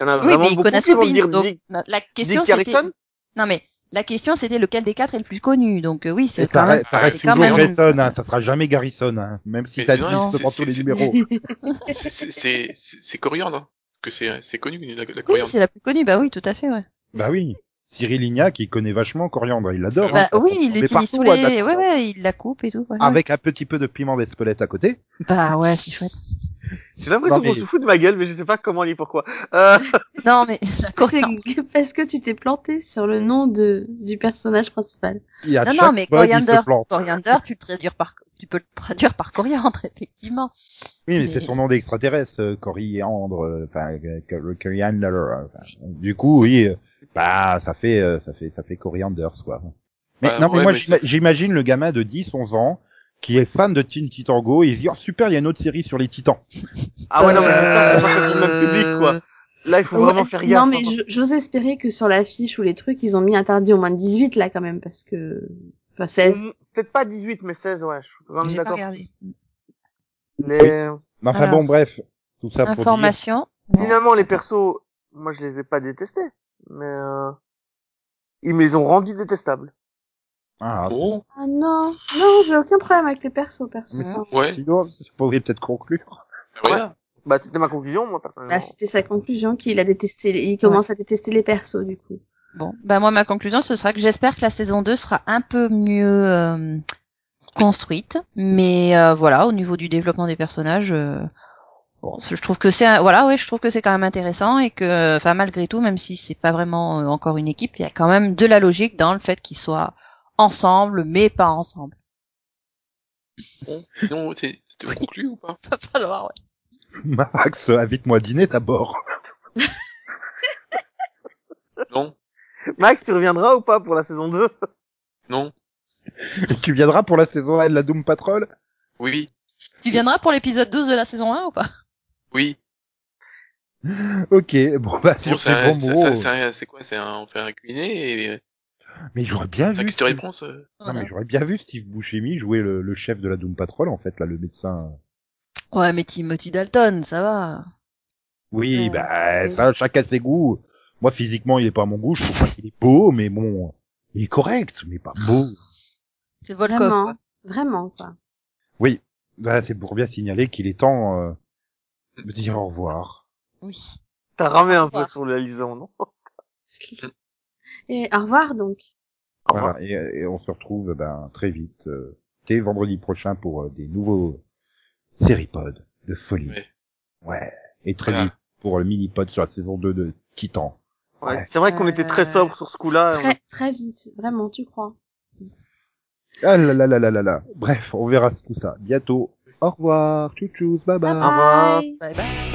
I: Il y en a
H: Oui,
I: vraiment
H: mais ils
I: beaucoup
H: connaissent
I: qui vont te
H: Robin.
I: dire
H: Donc,
I: Dick,
H: la
I: Dick
H: question, c'était.
I: Harrison.
H: Non, mais la question, c'était lequel des quatre est le plus connu. Donc, euh, oui,
F: Et
H: c'est
F: ça,
H: quand même.
F: reste- ça reste
H: c'est quand
F: toujours
H: même-
F: Grayson, hein, ça sera jamais Garrison, hein, même si
G: Mais
F: t'as dit
G: non,
H: c'est-
F: devant
G: c'est-
F: tous les
G: c'est-
F: numéros.
G: C'est- C'est c'est- c'est coriandre, hein. Parce que c'est c'est connu, la, la
H: Oui,
G: coriandre.
H: c'est la plus connue. Bah oui, tout à fait, ouais.
F: bah oui. Cyril Lignac, il connaît vachement Coriandre, il l'adore.
H: Bah
F: hein, ça,
H: oui,
F: on
H: il
F: met
H: l'utilise
F: partout,
H: tous
F: hein,
H: les.
F: la-
H: Ouais, ouais, il la coupe et tout. Ah ouais, ouais.
F: Avec un petit peu de piment d'Espelette à côté.
H: Bah ouais, c'est chouette.
I: J'ai l'impression
F: Non, mais-
I: qu'on se fout de ma gueule, mais je sais pas comment ni pourquoi. Euh,
H: Non, mais la
J: C'est
H: Coriandre.
J: que- parce que tu t'es planté sur le nom de, du personnage principal.
F: Et à
H: Non,
F: chaque
H: non, mais
F: bug, il
H: coriander,
F: se plante.
H: coriander, tu le traduire par, tu peux le traduire par coriandre, effectivement.
F: Oui, mais
H: mais-
F: c'est son nom d'extraterrestre, euh, Coriandre, euh, enfin, euh, Cor- Coriander. euh, enfin, du coup, oui, euh, bah, ça fait, euh, ça fait, ça fait Corianders, quoi. Mais
G: Bah,
F: non, mais
G: ouais,
F: moi,
G: mais
F: j'ima-
G: c'est-
F: j'imagine le gamin de 10, 11 ans, qui est fan de Teen Titan Go, et il se dit, oh, super, il y a une autre série sur les titans.
I: ah ouais, non, mais j'espère que ça
J: Euh,
I: passe au même public, quoi. Là, il faut
J: Ouais,
I: vraiment faire gaffe. hein.
J: Non, mais je- j'ose espérer que sur l'affiche ou les trucs, ils ont mis interdit au moins de 18 là quand même, parce que. Enfin, 16.
I: Ou- Peut-être pas 18, mais 16, ouais, je suis quand même
H: J'ai pas
I: d'accord. euh,
H: regardé.
I: Les...
F: Mais enfin,
H: Alors.
F: bon, bref. Tout ça pour dire.
H: Information.
I: Finalement, les persos, moi, je les ai pas détestés, mais euh, ils me les ont rendus détestables.
F: Ah, c'est-
G: Oh,
J: Ah non, non, j'ai aucun problème avec les persos, perso.
F: Mais-
J: Enfin,
G: ouais.
F: Sinon, je pourrais peut-être conclure.
G: Voilà.
I: Bah, c'était ma conclusion, moi, personnellement.
J: Bah, c'était sa conclusion qu'il a détesté, il commence à détester les persos du coup.
H: Bon, bah moi ma conclusion ce sera que j'espère que la saison 2 sera un peu mieux euh, construite, mais euh, voilà au niveau du développement des personnages, euh, bon je trouve que c'est un- voilà ouais je trouve que c'est quand même intéressant et que enfin malgré tout même si c'est pas vraiment euh, encore une équipe il y a quand même de la logique dans le fait qu'ils soient ensemble mais pas ensemble.
G: Bon, sinon, c'est- c'était conclu ou pas
H: Va falloir, ouais.
F: Max, invite-moi à dîner d'abord.
G: Non,
I: Max, tu reviendras ou pas pour la saison 2
G: non,
F: tu viendras pour la saison 1 de la Doom Patrol?
G: oui,
H: Tu viendras pour l'épisode 12 de la saison 1 ou pas
G: oui.
F: Ok, bon, bah, sur
G: Bon,
F: ces
G: c'est un-
F: bons
G: c'est-
F: mots.
G: c'est- c'est un- c'est quoi C'est un, on fait un cuiné et euh,
F: Mais j'aurais bien
G: c'est un
F: vu.
G: question
F: Steve-
G: réponse. euh,
F: Non, mais j'aurais bien vu Steve Buscemi jouer le, le chef de la Doom Patrol, en fait, là, le médecin.
H: Ouais mais Timothy Dalton ça va.
F: Oui,
J: Ouais,
F: bah,
J: oui.
F: ça, chacun ses goûts. Moi, physiquement, il est pas à mon goût. Je trouve pas qu'il est beau, mais bon, il est correct, mais pas beau.
H: C'est Volkov.
J: Vraiment,
H: quoi.
J: vraiment quoi.
F: Bah, c'est pour bien signaler qu'il est temps euh, de dire au revoir.
H: Oui.
I: T'as ramé un peu
H: revoir.
I: sur le liaison, non Mm.
J: Et au revoir donc.
I: Au revoir.
F: Voilà, et, et on se retrouve ben, très vite, euh, dès vendredi prochain pour euh, des nouveaux séries-pod de folie.
G: Ouais.
F: Ouais. Et très
G: Voilà.
F: vite pour le mini-pod sur la saison 2 de Titan.
I: Ouais,
F: Ouais.
I: C'est vrai qu'on était très
J: Euh,
I: sobre sur ce coup-là.
J: Très, très vite, vraiment, tu crois.
F: Ah là là là là là là. Bref, on verra tout ça bientôt.
K: Au revoir. Tchou tchous. Bye bye.
F: Au revoir.
J: Bye.
I: Bye bye.
C: E E